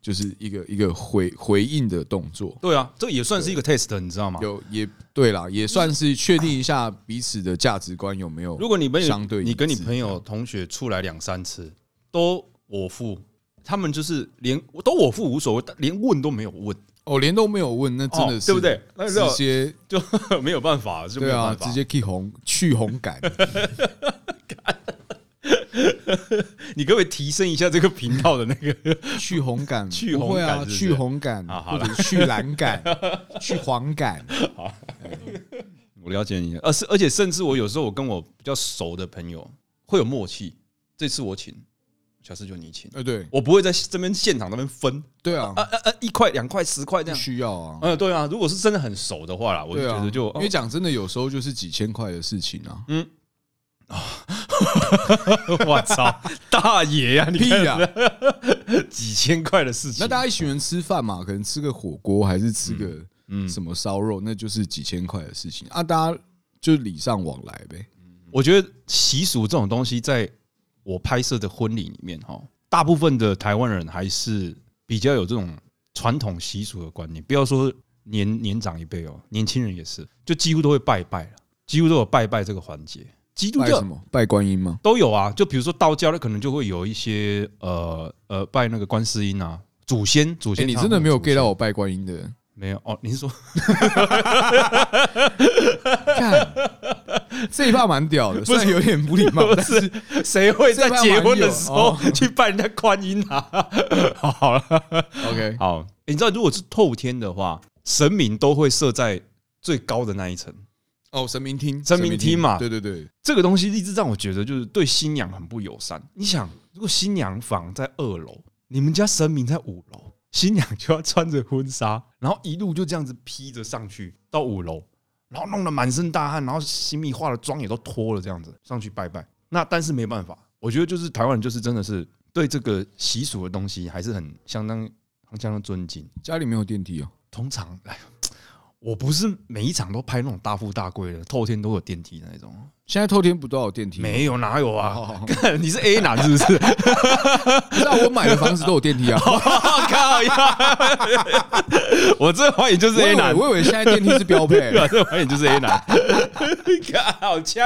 Speaker 2: 就是一个一个回回应的动作？
Speaker 1: 对啊，这也算是一个 test，你知道吗？
Speaker 2: 有也对啦，也算是确定一下彼此的价值观有没有
Speaker 1: 如果你朋友
Speaker 2: 相对一致
Speaker 1: 你跟你朋友同学出来两三次都我付，他们就是连都我付无所谓，但连问都没有问，
Speaker 2: 哦，连都没有问，那真的
Speaker 1: 哦
Speaker 2: 是
Speaker 1: 对不对？那
Speaker 2: 直
Speaker 1: 就
Speaker 2: 接
Speaker 1: 就没有办法，就没
Speaker 2: 对
Speaker 1: 有
Speaker 2: 啊，
Speaker 1: 办法，
Speaker 2: 直接 k 红去红感，
Speaker 1: 你可不可以提升一下这个频道的那 个？
Speaker 2: 去红感，
Speaker 1: 去红感
Speaker 2: 不会啊，
Speaker 1: 是不是
Speaker 2: 去红感，
Speaker 1: 啊好
Speaker 2: 或
Speaker 1: 啦
Speaker 2: 者去蓝感，去黄感，
Speaker 1: 我了解你， 而是而且甚至我有时候我跟我比较熟的朋友会有默契，这次我请，下次就你请，
Speaker 2: 呃，对
Speaker 1: 我不会在这边现场那边分
Speaker 2: 对啊
Speaker 1: 啊，啊啊一块两块十块这
Speaker 2: 不
Speaker 1: 样。
Speaker 2: 需要啊，
Speaker 1: 嗯，对啊，如果是真的很熟的话啦，我就
Speaker 2: 对
Speaker 1: 觉
Speaker 2: 啊
Speaker 1: 得就，
Speaker 2: 因为讲真的，有时候就是几千块的事情啊，
Speaker 1: 我操，大爷 啊呀、你
Speaker 2: 屁
Speaker 1: 看
Speaker 2: 呀！
Speaker 1: 几千块的事情，
Speaker 2: 那大家一群人吃饭嘛，可能吃个火锅还是吃个
Speaker 1: 嗯
Speaker 2: 什么烧肉，那就是几千块的事情啊，大家就礼尚往来呗。
Speaker 1: 我觉得习俗这种东西，在我拍摄的婚礼里面，哈，大部分的台湾人还是比较有这种传统习俗的观念。不要说年年长一辈哦，年轻人也是，就几乎都会拜拜了，几乎都有拜拜这个环节。基督
Speaker 2: 拜
Speaker 1: 教
Speaker 2: 什么？拜观音吗？
Speaker 1: 都有啊，就比如说道教，那可能就会有一些呃呃拜那个观世音啊，祖先祖
Speaker 2: 哎，
Speaker 1: 先。
Speaker 2: 你真的没有 get 到
Speaker 1: 到？
Speaker 2: 我拜观音的？
Speaker 1: 没有哦，你是说
Speaker 2: 看， 这一趴蛮屌的，虽然有 点不礼貌，但是
Speaker 1: 谁会在
Speaker 2: 这帮
Speaker 1: 结
Speaker 2: 网
Speaker 1: 婚的
Speaker 2: 友
Speaker 1: 时候
Speaker 2: 哦
Speaker 1: 去拜人家观音啊？ 好好了。
Speaker 2: OK，
Speaker 1: 好，欸你知道如果是透天的话，神明都会设在最高的那一层。
Speaker 2: 哦，神明厅，
Speaker 1: 神明厅嘛
Speaker 2: 对对对，
Speaker 1: 这个东西一直让我觉得就是对新娘很不友善。你想，如果新娘房在二楼，你们家神明在五楼，新娘就要穿着婚纱，然后一路就这样子披着上去到五楼，然后弄得满身大汗，然后新密化的妆也都脱了，这样子上去拜拜。那但是没办法，我觉得就是台湾人就是真的是对这个习俗的东西还是很相当相当尊敬。
Speaker 2: 家里没有电梯哦，
Speaker 1: 通常，哎， 我不是每一场都拍那种大富大贵的，透天都有电梯的那种，
Speaker 2: 现在透天不都有电梯吗？
Speaker 1: 没有哪有啊？
Speaker 2: 哦，
Speaker 1: 你是 A 男是不是？
Speaker 2: 不是啊，我买的房子都有电梯啊。
Speaker 1: 我靠呀！ 我这怀疑就是
Speaker 2: 我以
Speaker 1: A
Speaker 2: 为
Speaker 1: 男，
Speaker 2: 我以为现在电梯是标配。
Speaker 1: 我这怀疑就是 A 男。好呛，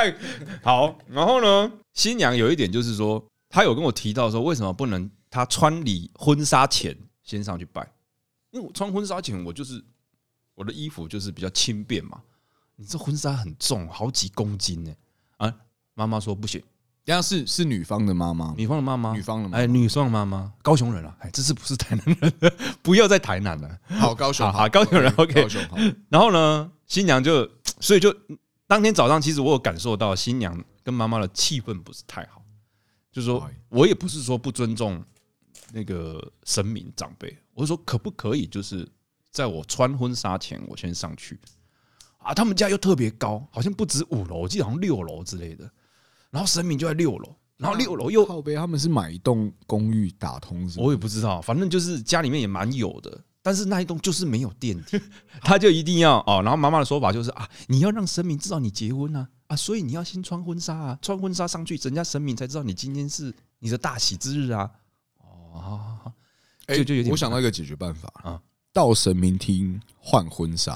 Speaker 1: 好。然后呢，新娘有一点就是说，她有跟我提到说，为什么不能她穿礼婚纱前先上去拜？因为我穿婚纱前，我就是我的衣服就是比较轻便嘛。你这婚纱很重，好几公斤呢、啊，妈妈说不行，
Speaker 2: 等一下是是女方的妈妈，
Speaker 1: 女方的妈妈，
Speaker 2: 女方的妈妈
Speaker 1: 哎，女方的妈妈，高雄人啊，哎，这次不是台南人， 不要在台南了、
Speaker 2: 好高雄，
Speaker 1: 哎好好高雄人 OK
Speaker 2: 高雄好。
Speaker 1: 然后呢，新娘就，所以就当天早上，其实我有感受到新娘跟妈妈的气氛不是太好，就是说
Speaker 2: 哎
Speaker 1: 我也不是说不尊重那个神明长辈，我是说可不可以就是在我穿婚纱前，我先上去啊？他们家又特别高，好像不止五楼，我记得好像六楼之类的，然后神明就在六楼，然后六楼又
Speaker 2: 靠背他们是买一栋公寓打通是吗
Speaker 1: 我也不知道，反正就是家里面也蛮有的，但是那一栋就是没有电 梯，他就一定要哦。然后妈妈的说法就是啊，你要让神明知道你结婚啊啊，所以你要先穿婚纱啊，穿婚纱上去，人家神明才知道你今天是你的大喜之日啊。哦， 好好好，
Speaker 2: 哎
Speaker 1: 就就有点
Speaker 2: 我想到一个解决办法
Speaker 1: 啊
Speaker 2: 啊，到神明厅换 婚纱，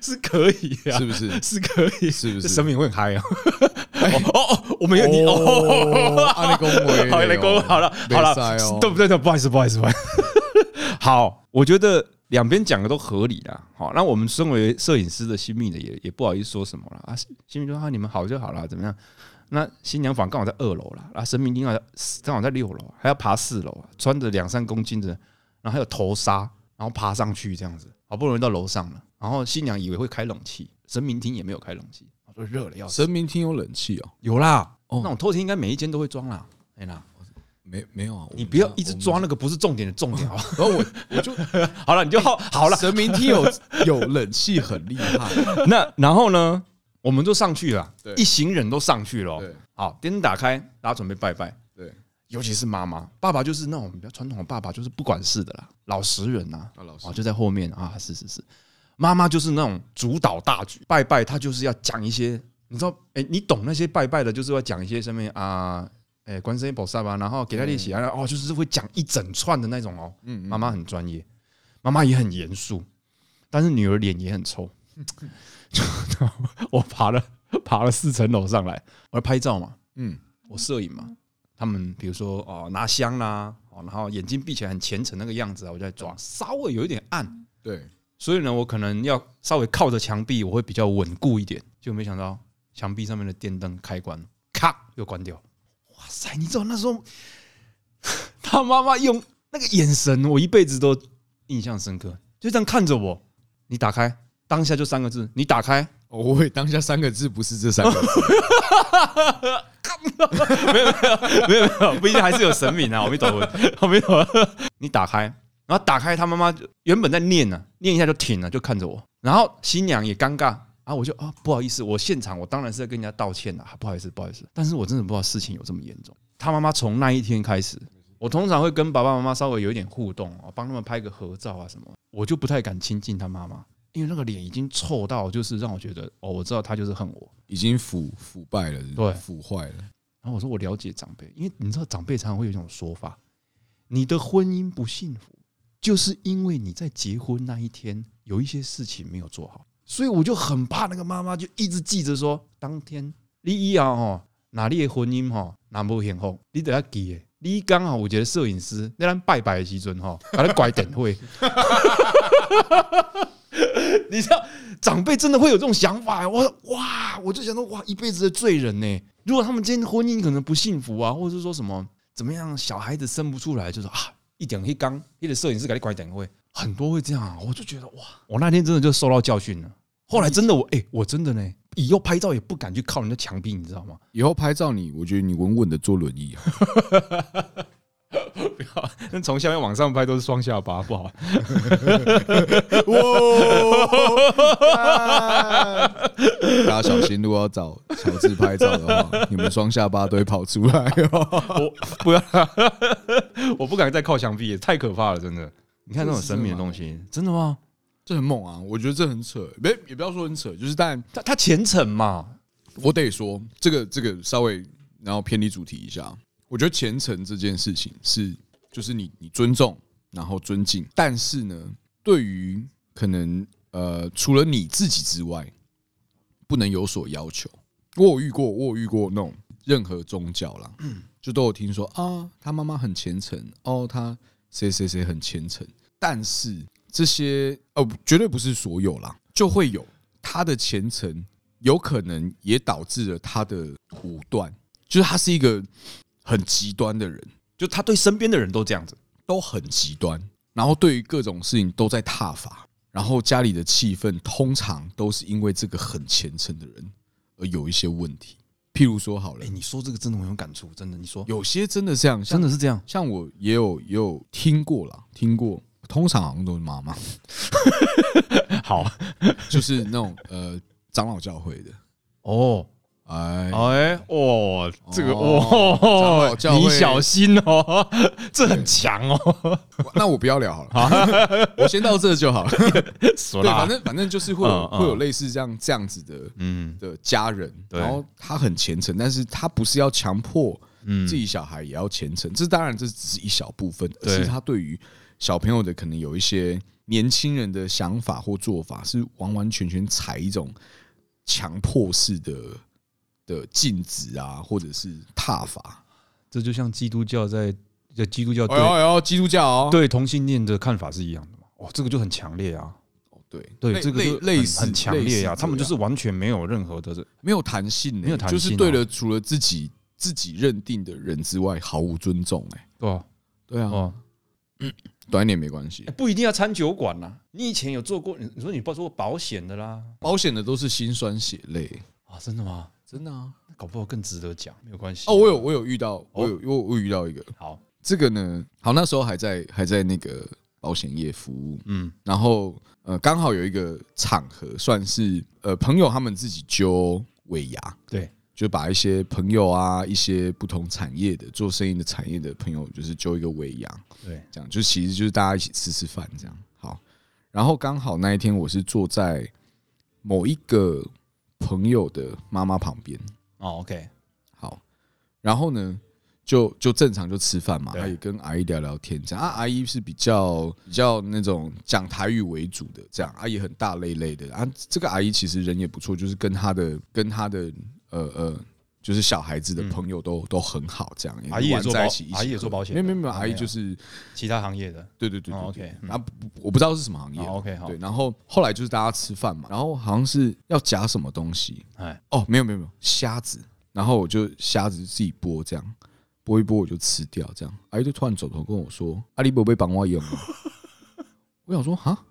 Speaker 1: 是可以啊？
Speaker 2: 是，不是
Speaker 1: 是可以，
Speaker 2: 是不是
Speaker 1: 这神明会很嗨 啊。哦哦，我没有你哦。
Speaker 2: 哦，阿内公维，
Speaker 1: 好，来公好了，好了，对不对？对，不好意思，不好意思，不好意 思。好，我觉得两边讲的都合理啦。好，那我们身为摄影师的新密的也也不好意思说什么了啊。新密说啊，你们好就好了，怎么样？那新娘房刚好在二楼啦，啊，神明厅啊刚好在六楼，还要爬四楼啊，穿着两三公斤的，然后还有头纱，然后爬上去这样子，好不容易到楼上了，然后新娘以为会开冷气，神明厅也没有开冷气，我说热了要死，
Speaker 2: 神明厅有冷气哦？
Speaker 1: 有啦，
Speaker 2: 哦
Speaker 1: 那种透天应该每一间都会装啦，哎啦，
Speaker 2: 没没有啊？
Speaker 1: 你不要一直抓那个不是重点的重点好吧？
Speaker 2: 然后我我就
Speaker 1: 好了，你就 好好了，
Speaker 2: 神明厅有 有冷气很厉害，
Speaker 1: 那然后呢，我们就上去了
Speaker 2: 对，
Speaker 1: 一行人都上去了哦
Speaker 2: 对。
Speaker 1: 好，电灯打开，大家准备拜拜。
Speaker 2: 对，
Speaker 1: 尤其是妈妈，爸爸就是那种比较传统的爸爸，就是不管事的啦，老实人呐、
Speaker 2: 啊老师
Speaker 1: 啊，就在后面啊，是是是，妈妈就是那种主导大局，拜拜，她就是要讲一些，你知道，哎、你懂那些拜拜的，就是要讲一些什么啊，哎、观世音菩萨吧，然后给他练习，然后哦，就是会讲一整串的那种哦，
Speaker 2: 嗯
Speaker 1: 妈妈很专业，妈妈也很严肃，但是女儿脸也很 臭， 我爬了爬了四层楼上来，我要拍照嘛，
Speaker 2: 嗯，
Speaker 1: 我摄影嘛，他们比如说哦拿香啦，哦然后眼睛闭起来很虔诚那个样子啊，我就在抓，稍微有一点暗，
Speaker 2: 对，
Speaker 1: 所以呢我可能要稍微靠着墙壁，我会比较稳固一点，就没想到墙壁上面的电灯开关，咔又关掉，哇塞，你知道那时候 他妈妈用那个眼神，我一辈子都印象深刻，就这样看着我，你打开。当下就三个字，你打开，
Speaker 2: 哦我会当下三个字不是这三个 字，
Speaker 1: 没有没有， 毕竟还是有神明啊，我没懂，我没懂。你打开，然后打开，他妈妈就原本在念呢、念一下就停了，就看着我。然后新娘也尴尬啊，我就啊不好意思，我现场我当然是在跟人家道歉啦、啊，不好意思不好意思，但是我真的不知道事情有这么严重。他妈妈从那一天开始，我通常会跟爸爸妈妈稍微有一点互动哦，帮他们拍个合照啊什么，我就不太敢亲近他妈妈。因为那个脸已经臭到，就是让我觉得哦，我知道他就是恨我。
Speaker 2: 已经腐腐败了，
Speaker 1: 对
Speaker 2: 腐坏了，
Speaker 1: 然后我说我了解长辈，因为你知道长辈常常会有一种说法，你的婚姻不幸福，就是因为你在结婚那一天有一些事情没有做好，所以我就很怕那个妈妈就一直记着说，当天你以后哦，哪里的婚姻吼，哪无幸福，你得要记的。你刚好，我觉得摄影师那咱拜拜的时阵吼，把咱拐点会，你知道长辈真的会有这种想法，我哇，我就想到哇，一辈子的罪人呢。如果他们今天婚姻可能不幸福啊，或者是说什么怎么样，小孩子生不出来，就是啊，一点黑缸，一个摄影师给你拐点会，很多会这样啊。我就觉得哇，我那天真的就受到教训了。后来真的我哎、我真的呢，以后拍照也不敢去靠人家墙壁，你知道吗？
Speaker 2: 以后拍照你，我觉得你稳稳的坐轮椅 啊，
Speaker 1: 不要，那从下面往上拍都是双下巴，不好。啊
Speaker 2: 哇！大家小心，如果要找乔治拍照的话，你们双下巴都会跑出来哦。
Speaker 1: 我不要， 我不敢再靠墙壁，太可怕了，真的。你看那种神秘的东西，真的吗？
Speaker 2: 这很猛啊！我觉得这很扯，没也不要说很扯，就是但
Speaker 1: 他他虔诚嘛，
Speaker 2: 我得说，这个这个稍微然后偏离主题一下，我觉得虔诚这件事情是就是你你尊重，然后尊敬，但是呢，对于可能呃除了你自己之外，不能有所要求。我有遇过，我有遇过那种任何宗教啦，就都有听说啊，他妈妈很虔诚，哦，他谁谁谁很虔诚，但是这些哦，绝对不是所有啦，就会有他的虔诚，有可能也导致了他的武断，就是他是一个很极端的人，
Speaker 1: 就他对身边的人都这样子。
Speaker 2: 都很极端，然后对于各种事情都在踏伐，然后家里的气氛通常都是因为这个很虔诚的人而有一些问题，譬如说好了
Speaker 1: 哎、，你说这个真的很有感触，真的，你说
Speaker 2: 有些真的这样，像，
Speaker 1: 真的是这样
Speaker 2: 像我也有也有听过啦，听过，通常好像都是妈妈，
Speaker 1: 好
Speaker 2: 就是那种呃长老教会的，
Speaker 1: 哦，
Speaker 2: 哎，
Speaker 1: 哎哦，这个
Speaker 2: 哦长老
Speaker 1: 哦，
Speaker 2: 教会
Speaker 1: 你小心哦， 这很强哦，
Speaker 2: 那我不要聊好了， 我先到这就好了。
Speaker 1: 死
Speaker 2: 对，反正反正就是会有
Speaker 1: 嗯嗯
Speaker 2: 会有类似这样这样子的
Speaker 1: 嗯
Speaker 2: 的家人，
Speaker 1: 对
Speaker 2: 然后他很虔诚，但是他不是要强迫
Speaker 1: 嗯
Speaker 2: 自己小孩也要虔诚，这当然这只是一小部分，而
Speaker 1: 对
Speaker 2: 是他对于小朋友的可能有一些年轻人的想法或做法是完完全全采一种强迫式的的禁止啊，或者是踏法。
Speaker 1: 这就像基督教在在基督教
Speaker 2: 哎哎呦哎呦，基督教哦，
Speaker 1: 对同性恋的看法是一样的嘛，哦，这个就很强烈啊，
Speaker 2: 对
Speaker 1: 对，
Speaker 2: 类
Speaker 1: 这个
Speaker 2: 类
Speaker 1: 就
Speaker 2: 类
Speaker 1: 很
Speaker 2: 似
Speaker 1: 很强烈啊呀、
Speaker 2: 类似
Speaker 1: 他们就
Speaker 2: 这
Speaker 1: 是完全没有任何的
Speaker 2: 没有弹性欸、
Speaker 1: 没有弹性啊
Speaker 2: 就是对了除了自己自己认定的人之外毫无尊重哎、
Speaker 1: 对吧、
Speaker 2: 对啊，
Speaker 1: 哦，
Speaker 2: 短一点没关系
Speaker 1: 欸，不一定要餐酒馆啦。你以前有做过，你你说你报做过保险的啦？
Speaker 2: 保险的都是辛酸血泪，
Speaker 1: 啊，真的吗？
Speaker 2: 真的啊。
Speaker 1: 那搞不好更值得讲，没有关系。
Speaker 2: 哦，我有我有遇到，我有我我有遇到一个，
Speaker 1: 好，
Speaker 2: 这个呢，好那时候还在还在那个保险业服务，
Speaker 1: 嗯
Speaker 2: 然后呃刚好有一个场合，算是呃朋友他们自己揪尾牙，
Speaker 1: 对，
Speaker 2: 就把一些朋友啊，一些不同产业的做生意的产业的朋友，就是揪一个尾牙，
Speaker 1: 对，
Speaker 2: 这样就其实就是大家一起吃吃饭这样。好，然后刚好那一天我是坐在某一个朋友的妈妈旁边，
Speaker 1: 哦，OK，
Speaker 2: 好，然后呢，就就正常就吃饭嘛，
Speaker 1: 对
Speaker 2: 他也跟阿姨聊聊天这样啊。阿姨是比较比较那种讲台语为主的这样，阿姨很大累累的啊。这个阿姨其实人也不错，就是跟她的跟她的呃呃。就是小孩子的朋友都、都很好，这样
Speaker 1: 嗯阿姨也
Speaker 2: 玩
Speaker 1: 做
Speaker 2: 在
Speaker 1: 保
Speaker 2: 一起，一起
Speaker 1: 阿姨也
Speaker 2: 喝
Speaker 1: 做保险
Speaker 2: 没有没
Speaker 1: 的哦
Speaker 2: 有没有，阿
Speaker 1: 没
Speaker 2: 姨
Speaker 1: 有
Speaker 2: 就是
Speaker 1: 其他行业的，
Speaker 2: 对对对
Speaker 1: 哦
Speaker 2: 对对
Speaker 1: ，OK，嗯
Speaker 2: 然后不不我不知道是什么行业啊、
Speaker 1: 哦，OK，好
Speaker 2: 对，然后后来就是大家吃饭嘛，然后好像是要夹什么东西，
Speaker 1: 哎，
Speaker 2: 哦，没有没有没有虾子，然后我就虾子自己剥这样，剥一剥我就吃掉这样。阿姨就突然转头跟我说：“阿里伯被绑我用吗？” 我想 说哈，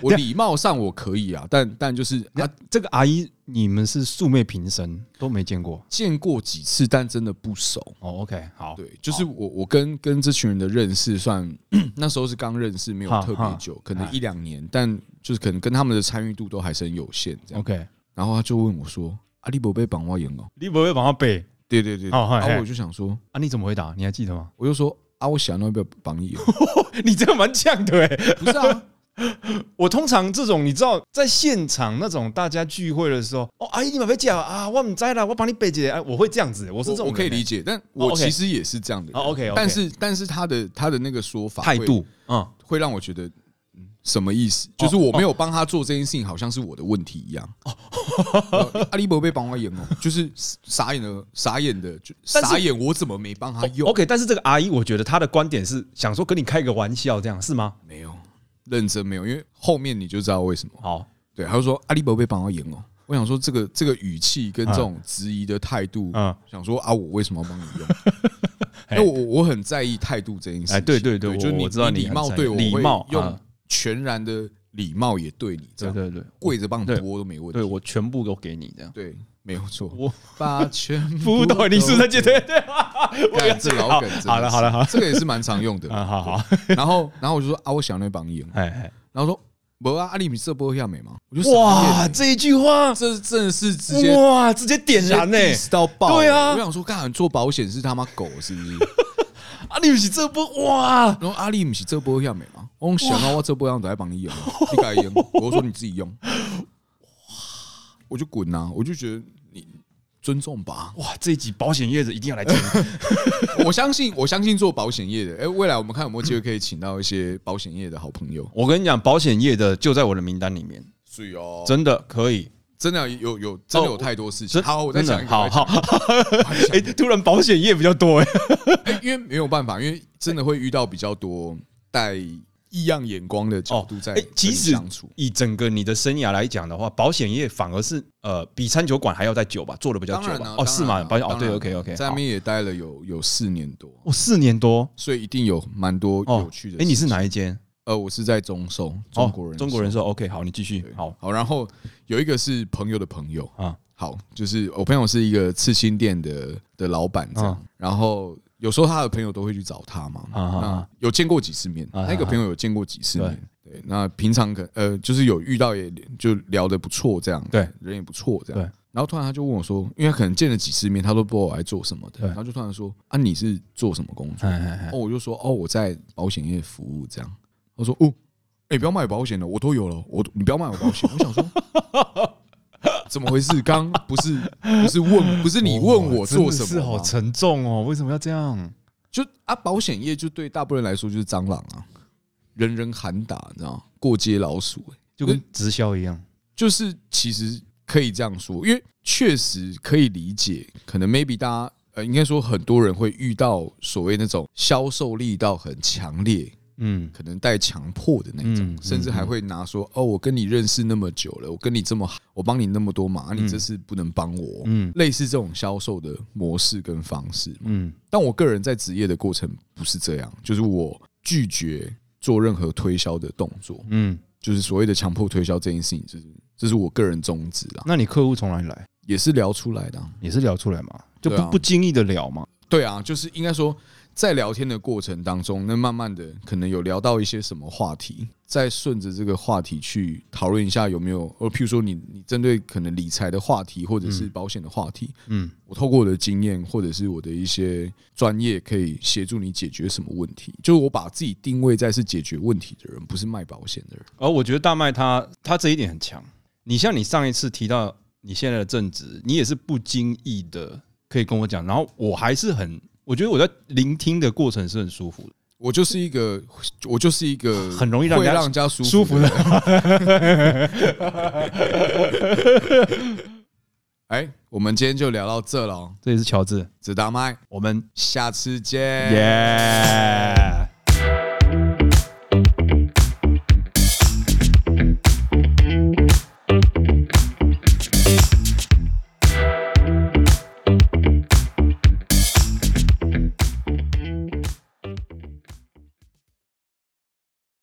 Speaker 2: 我礼貌上我可以啊，但但就是
Speaker 1: 那、
Speaker 2: 啊，
Speaker 1: 这个阿姨你们是素昧平生，都没见过。
Speaker 2: 见过几次，但真的不熟。
Speaker 1: 哦，OK，好，
Speaker 2: 对，就是我我跟跟这群人的认识算 那时候是刚认识，没有
Speaker 1: 哈
Speaker 2: 特别
Speaker 1: 哈
Speaker 2: 久，可能
Speaker 1: 哎
Speaker 2: 一两年，但就是可能跟他们的参与度都还是很有限这样。
Speaker 1: ，OK，
Speaker 2: 然后他就问我说：“阿里伯被绑我用哦
Speaker 1: 你不会帮他背？”
Speaker 2: 对对对，
Speaker 1: 哦嘿
Speaker 2: 然后
Speaker 1: 嘿
Speaker 2: 我就想说。
Speaker 1: 啊？你怎么回答？你还记得吗？
Speaker 2: 我就说啊，我想要不要 帮 你？
Speaker 1: 你这样蛮呛的、欸，
Speaker 2: 不是啊，
Speaker 1: 我通常这种，你知道，在现场那种大家聚会的时候，哦，阿姨你们别讲啊，我唔知啦，我帮你背姐，哎，我会这样子，我
Speaker 2: 我
Speaker 1: 是这种人欸，
Speaker 2: 我可以理
Speaker 1: 解
Speaker 2: 解，但
Speaker 1: 哦
Speaker 2: 我
Speaker 1: ，OK
Speaker 2: 其实也是这样的人。
Speaker 1: 哦，OK，OK
Speaker 2: 但是但是他的他的那个说法
Speaker 1: 态
Speaker 2: 会
Speaker 1: 度，嗯，
Speaker 2: 会让我觉得。嗯什么意
Speaker 1: 哦
Speaker 2: 思？就是我没有帮他做这件事情，好像是我的问题一样。
Speaker 1: 哦
Speaker 2: 阿里伯被帮我演哦，就是傻眼了，傻眼的，就
Speaker 1: 但是
Speaker 2: 傻眼，我怎么没帮他用？
Speaker 1: OK，但是这个阿姨，我觉得她的观点是想说跟你开个玩笑，这样是吗？
Speaker 2: 没有，认真没有，因为后面你就知道为什么。
Speaker 1: 好，
Speaker 2: 对，他就说阿里伯被帮我演哦，我想说这个这个语气跟这种质疑的态度，
Speaker 1: 嗯，
Speaker 2: 想说啊，我为什么要帮你 用？
Speaker 1: 嘿
Speaker 2: 因为我我很在意态度这件事情。
Speaker 1: 哎对对对我
Speaker 2: 就是你
Speaker 1: 我知道
Speaker 2: 你
Speaker 1: 你
Speaker 2: 礼貌
Speaker 1: 很在意
Speaker 2: 对我，
Speaker 1: 礼
Speaker 2: 我会
Speaker 1: 貌
Speaker 2: 用
Speaker 1: 啊
Speaker 2: 全然的礼貌也对你，这
Speaker 1: 对
Speaker 2: 样
Speaker 1: 对对，
Speaker 2: 跪着帮你
Speaker 1: 对
Speaker 2: 剥都没问
Speaker 1: 对
Speaker 2: 题。
Speaker 1: 我全部都给你这样。
Speaker 2: 对，没有错。
Speaker 1: 我
Speaker 2: 把 全
Speaker 1: 服务到你是不是在接 对对，我
Speaker 2: 干这老梗真的是，
Speaker 1: 啊好了好了好了，
Speaker 2: 这个也是蛮常用的。
Speaker 1: 啊好好，
Speaker 2: 然后然后我就说啊，我想那帮你用，
Speaker 1: 哎哎，
Speaker 2: 然后说不啊，阿里米色波亚美吗？我就傻眼
Speaker 1: 哇，
Speaker 2: 欸
Speaker 1: 这一句话，
Speaker 2: 这真的是直接
Speaker 1: 哇，直接点燃呢、
Speaker 2: 直接 diss 到爆欸。
Speaker 1: 对啊
Speaker 2: 我想说，干做保险是他妈狗是不是？
Speaker 1: 啊，你不是这波哇，
Speaker 2: 然后阿丽不是这波样没吗？我想到我这波样子还帮你用，啊 你改用，我说你自己用，我就滚啊！我就觉得你尊重吧。
Speaker 1: 哇，这一集保险业者一定要来听。
Speaker 2: 我相信，我相信做保险业的，哎，未来我们看有没有机会可以请到一些保险业的好朋友。
Speaker 1: 我跟你讲，保险业的就在我的名单里面，
Speaker 2: 是哦，真
Speaker 1: 真的可以。
Speaker 2: 真的有有真的有太多事情。
Speaker 1: 真
Speaker 2: 好，我再
Speaker 1: 真的
Speaker 2: 想一个，
Speaker 1: 好
Speaker 2: 我再
Speaker 1: 好
Speaker 2: 想一。个，我再 想
Speaker 1: 哎、
Speaker 2: 一个
Speaker 1: 突然保险业比较多哎、
Speaker 2: 哎因为没有办法，因为真的会遇到比较多带异样眼光 的角哦度在
Speaker 1: 哎、
Speaker 2: 跟你
Speaker 1: 其实
Speaker 2: 相处。
Speaker 1: 以整个你的生涯来讲的话，保险业反而是呃比餐酒馆还要再久吧，做的比较
Speaker 2: 当
Speaker 1: 久
Speaker 2: 然
Speaker 1: 吧。
Speaker 2: 啊
Speaker 1: 哦，是吗？保
Speaker 2: 当
Speaker 1: 险
Speaker 2: 然啊
Speaker 1: 哦，对
Speaker 2: 当然啊
Speaker 1: ，OK OK，
Speaker 2: 在那边也待了有有四年多，
Speaker 1: 我、哦、四年多
Speaker 2: 所以一定有蛮多
Speaker 1: 哦，
Speaker 2: 有趣的。
Speaker 1: 哎、你是？哪一间？
Speaker 2: 呃，我是在中寿，中国人、
Speaker 1: 哦、中国人。寿 OK，好，你继续好
Speaker 2: 好，然后有一个是朋友的朋友，
Speaker 1: 啊，
Speaker 2: 好，就是我朋友是一个刺青店的的老板这样，
Speaker 1: 啊
Speaker 2: 然后有时候他的朋友都会去找他嘛，
Speaker 1: 啊啊
Speaker 2: 那
Speaker 1: 啊
Speaker 2: 有见过几次面，
Speaker 1: 啊啊
Speaker 2: 那个朋友有见过几次面，对，那平常可呃就是有遇到也就聊得不错这样，
Speaker 1: 对，
Speaker 2: 人也不错这样，
Speaker 1: 对
Speaker 2: 然后突然他就问我说，因为他可能见了几次面，他都不知道我在做什么的，
Speaker 1: 对
Speaker 2: 然后就突然说啊你是做什么工作？
Speaker 1: 哎哎哎
Speaker 2: 哦，我就说哦我在保险业服务这样，他说哦，哎、不要卖我保险了，我都有了，我都你不要卖我保险，我想说。怎么回事？刚不是不是问不是你问我做什
Speaker 1: 哦真的是
Speaker 2: 么
Speaker 1: 好
Speaker 2: 吗？
Speaker 1: 沉重哦，为什么要这样？
Speaker 2: 就啊，保险业就对大部分人来说就是蟑螂啊，人人喊打，你知道吗？过街老鼠、欸
Speaker 1: 就跟直销一样，
Speaker 2: 就是其实可以这样说，因为确实可以理解，可能 maybe 大家呃，应该说很多人会遇到所谓那种销售力道很强烈，
Speaker 1: 嗯
Speaker 2: 可能带强迫的那种，
Speaker 1: 嗯
Speaker 2: 甚至还会拿说：“哦，我跟你认识那么久了，我跟你这么好，我帮你那么多忙，啊你这次不能帮我。”
Speaker 1: 嗯
Speaker 2: 类似这种销售的模式跟方式。
Speaker 1: 嗯
Speaker 2: 但我个人在职业的过程不是这样，就是我拒绝做任何推销的动作，
Speaker 1: 嗯，
Speaker 2: 就是所谓的强迫推销这件事情，就是这是我个人宗旨啦，
Speaker 1: 那你客户从哪里来？
Speaker 2: 也是聊出来的啊、
Speaker 1: 也是聊出来嘛，就不、
Speaker 2: 对啊
Speaker 1: 不经意的聊嘛。
Speaker 2: 对啊，就是应该说，在聊天的过程当中，那慢慢的可能有聊到一些什么话题，再顺着这个话题去讨论一下有没有，呃，譬如说你你针对可能理财的话题或者是保险的话题，
Speaker 1: 嗯
Speaker 2: 我透过我的经验或者是我的一些专业，可以协助你解决什么问题。就是我把自己定位在是解决问题的人，不是卖保险的人。
Speaker 1: 而我觉得大麦他他这一点很强。你像你上一次提到你现在的正职，你也是不经意的可以跟我讲，然后我还是很，我觉得我在聆听的过程是很舒服的。
Speaker 2: 我就是一个，我就是一个
Speaker 1: 很容易让
Speaker 2: 会
Speaker 1: 人家
Speaker 2: 让人家舒
Speaker 1: 舒服的
Speaker 2: 人。 哎，我们今天就聊到这了哦，
Speaker 1: 这也是乔治，
Speaker 2: 子大麦，
Speaker 1: 我们
Speaker 2: 下次见。
Speaker 1: 耶。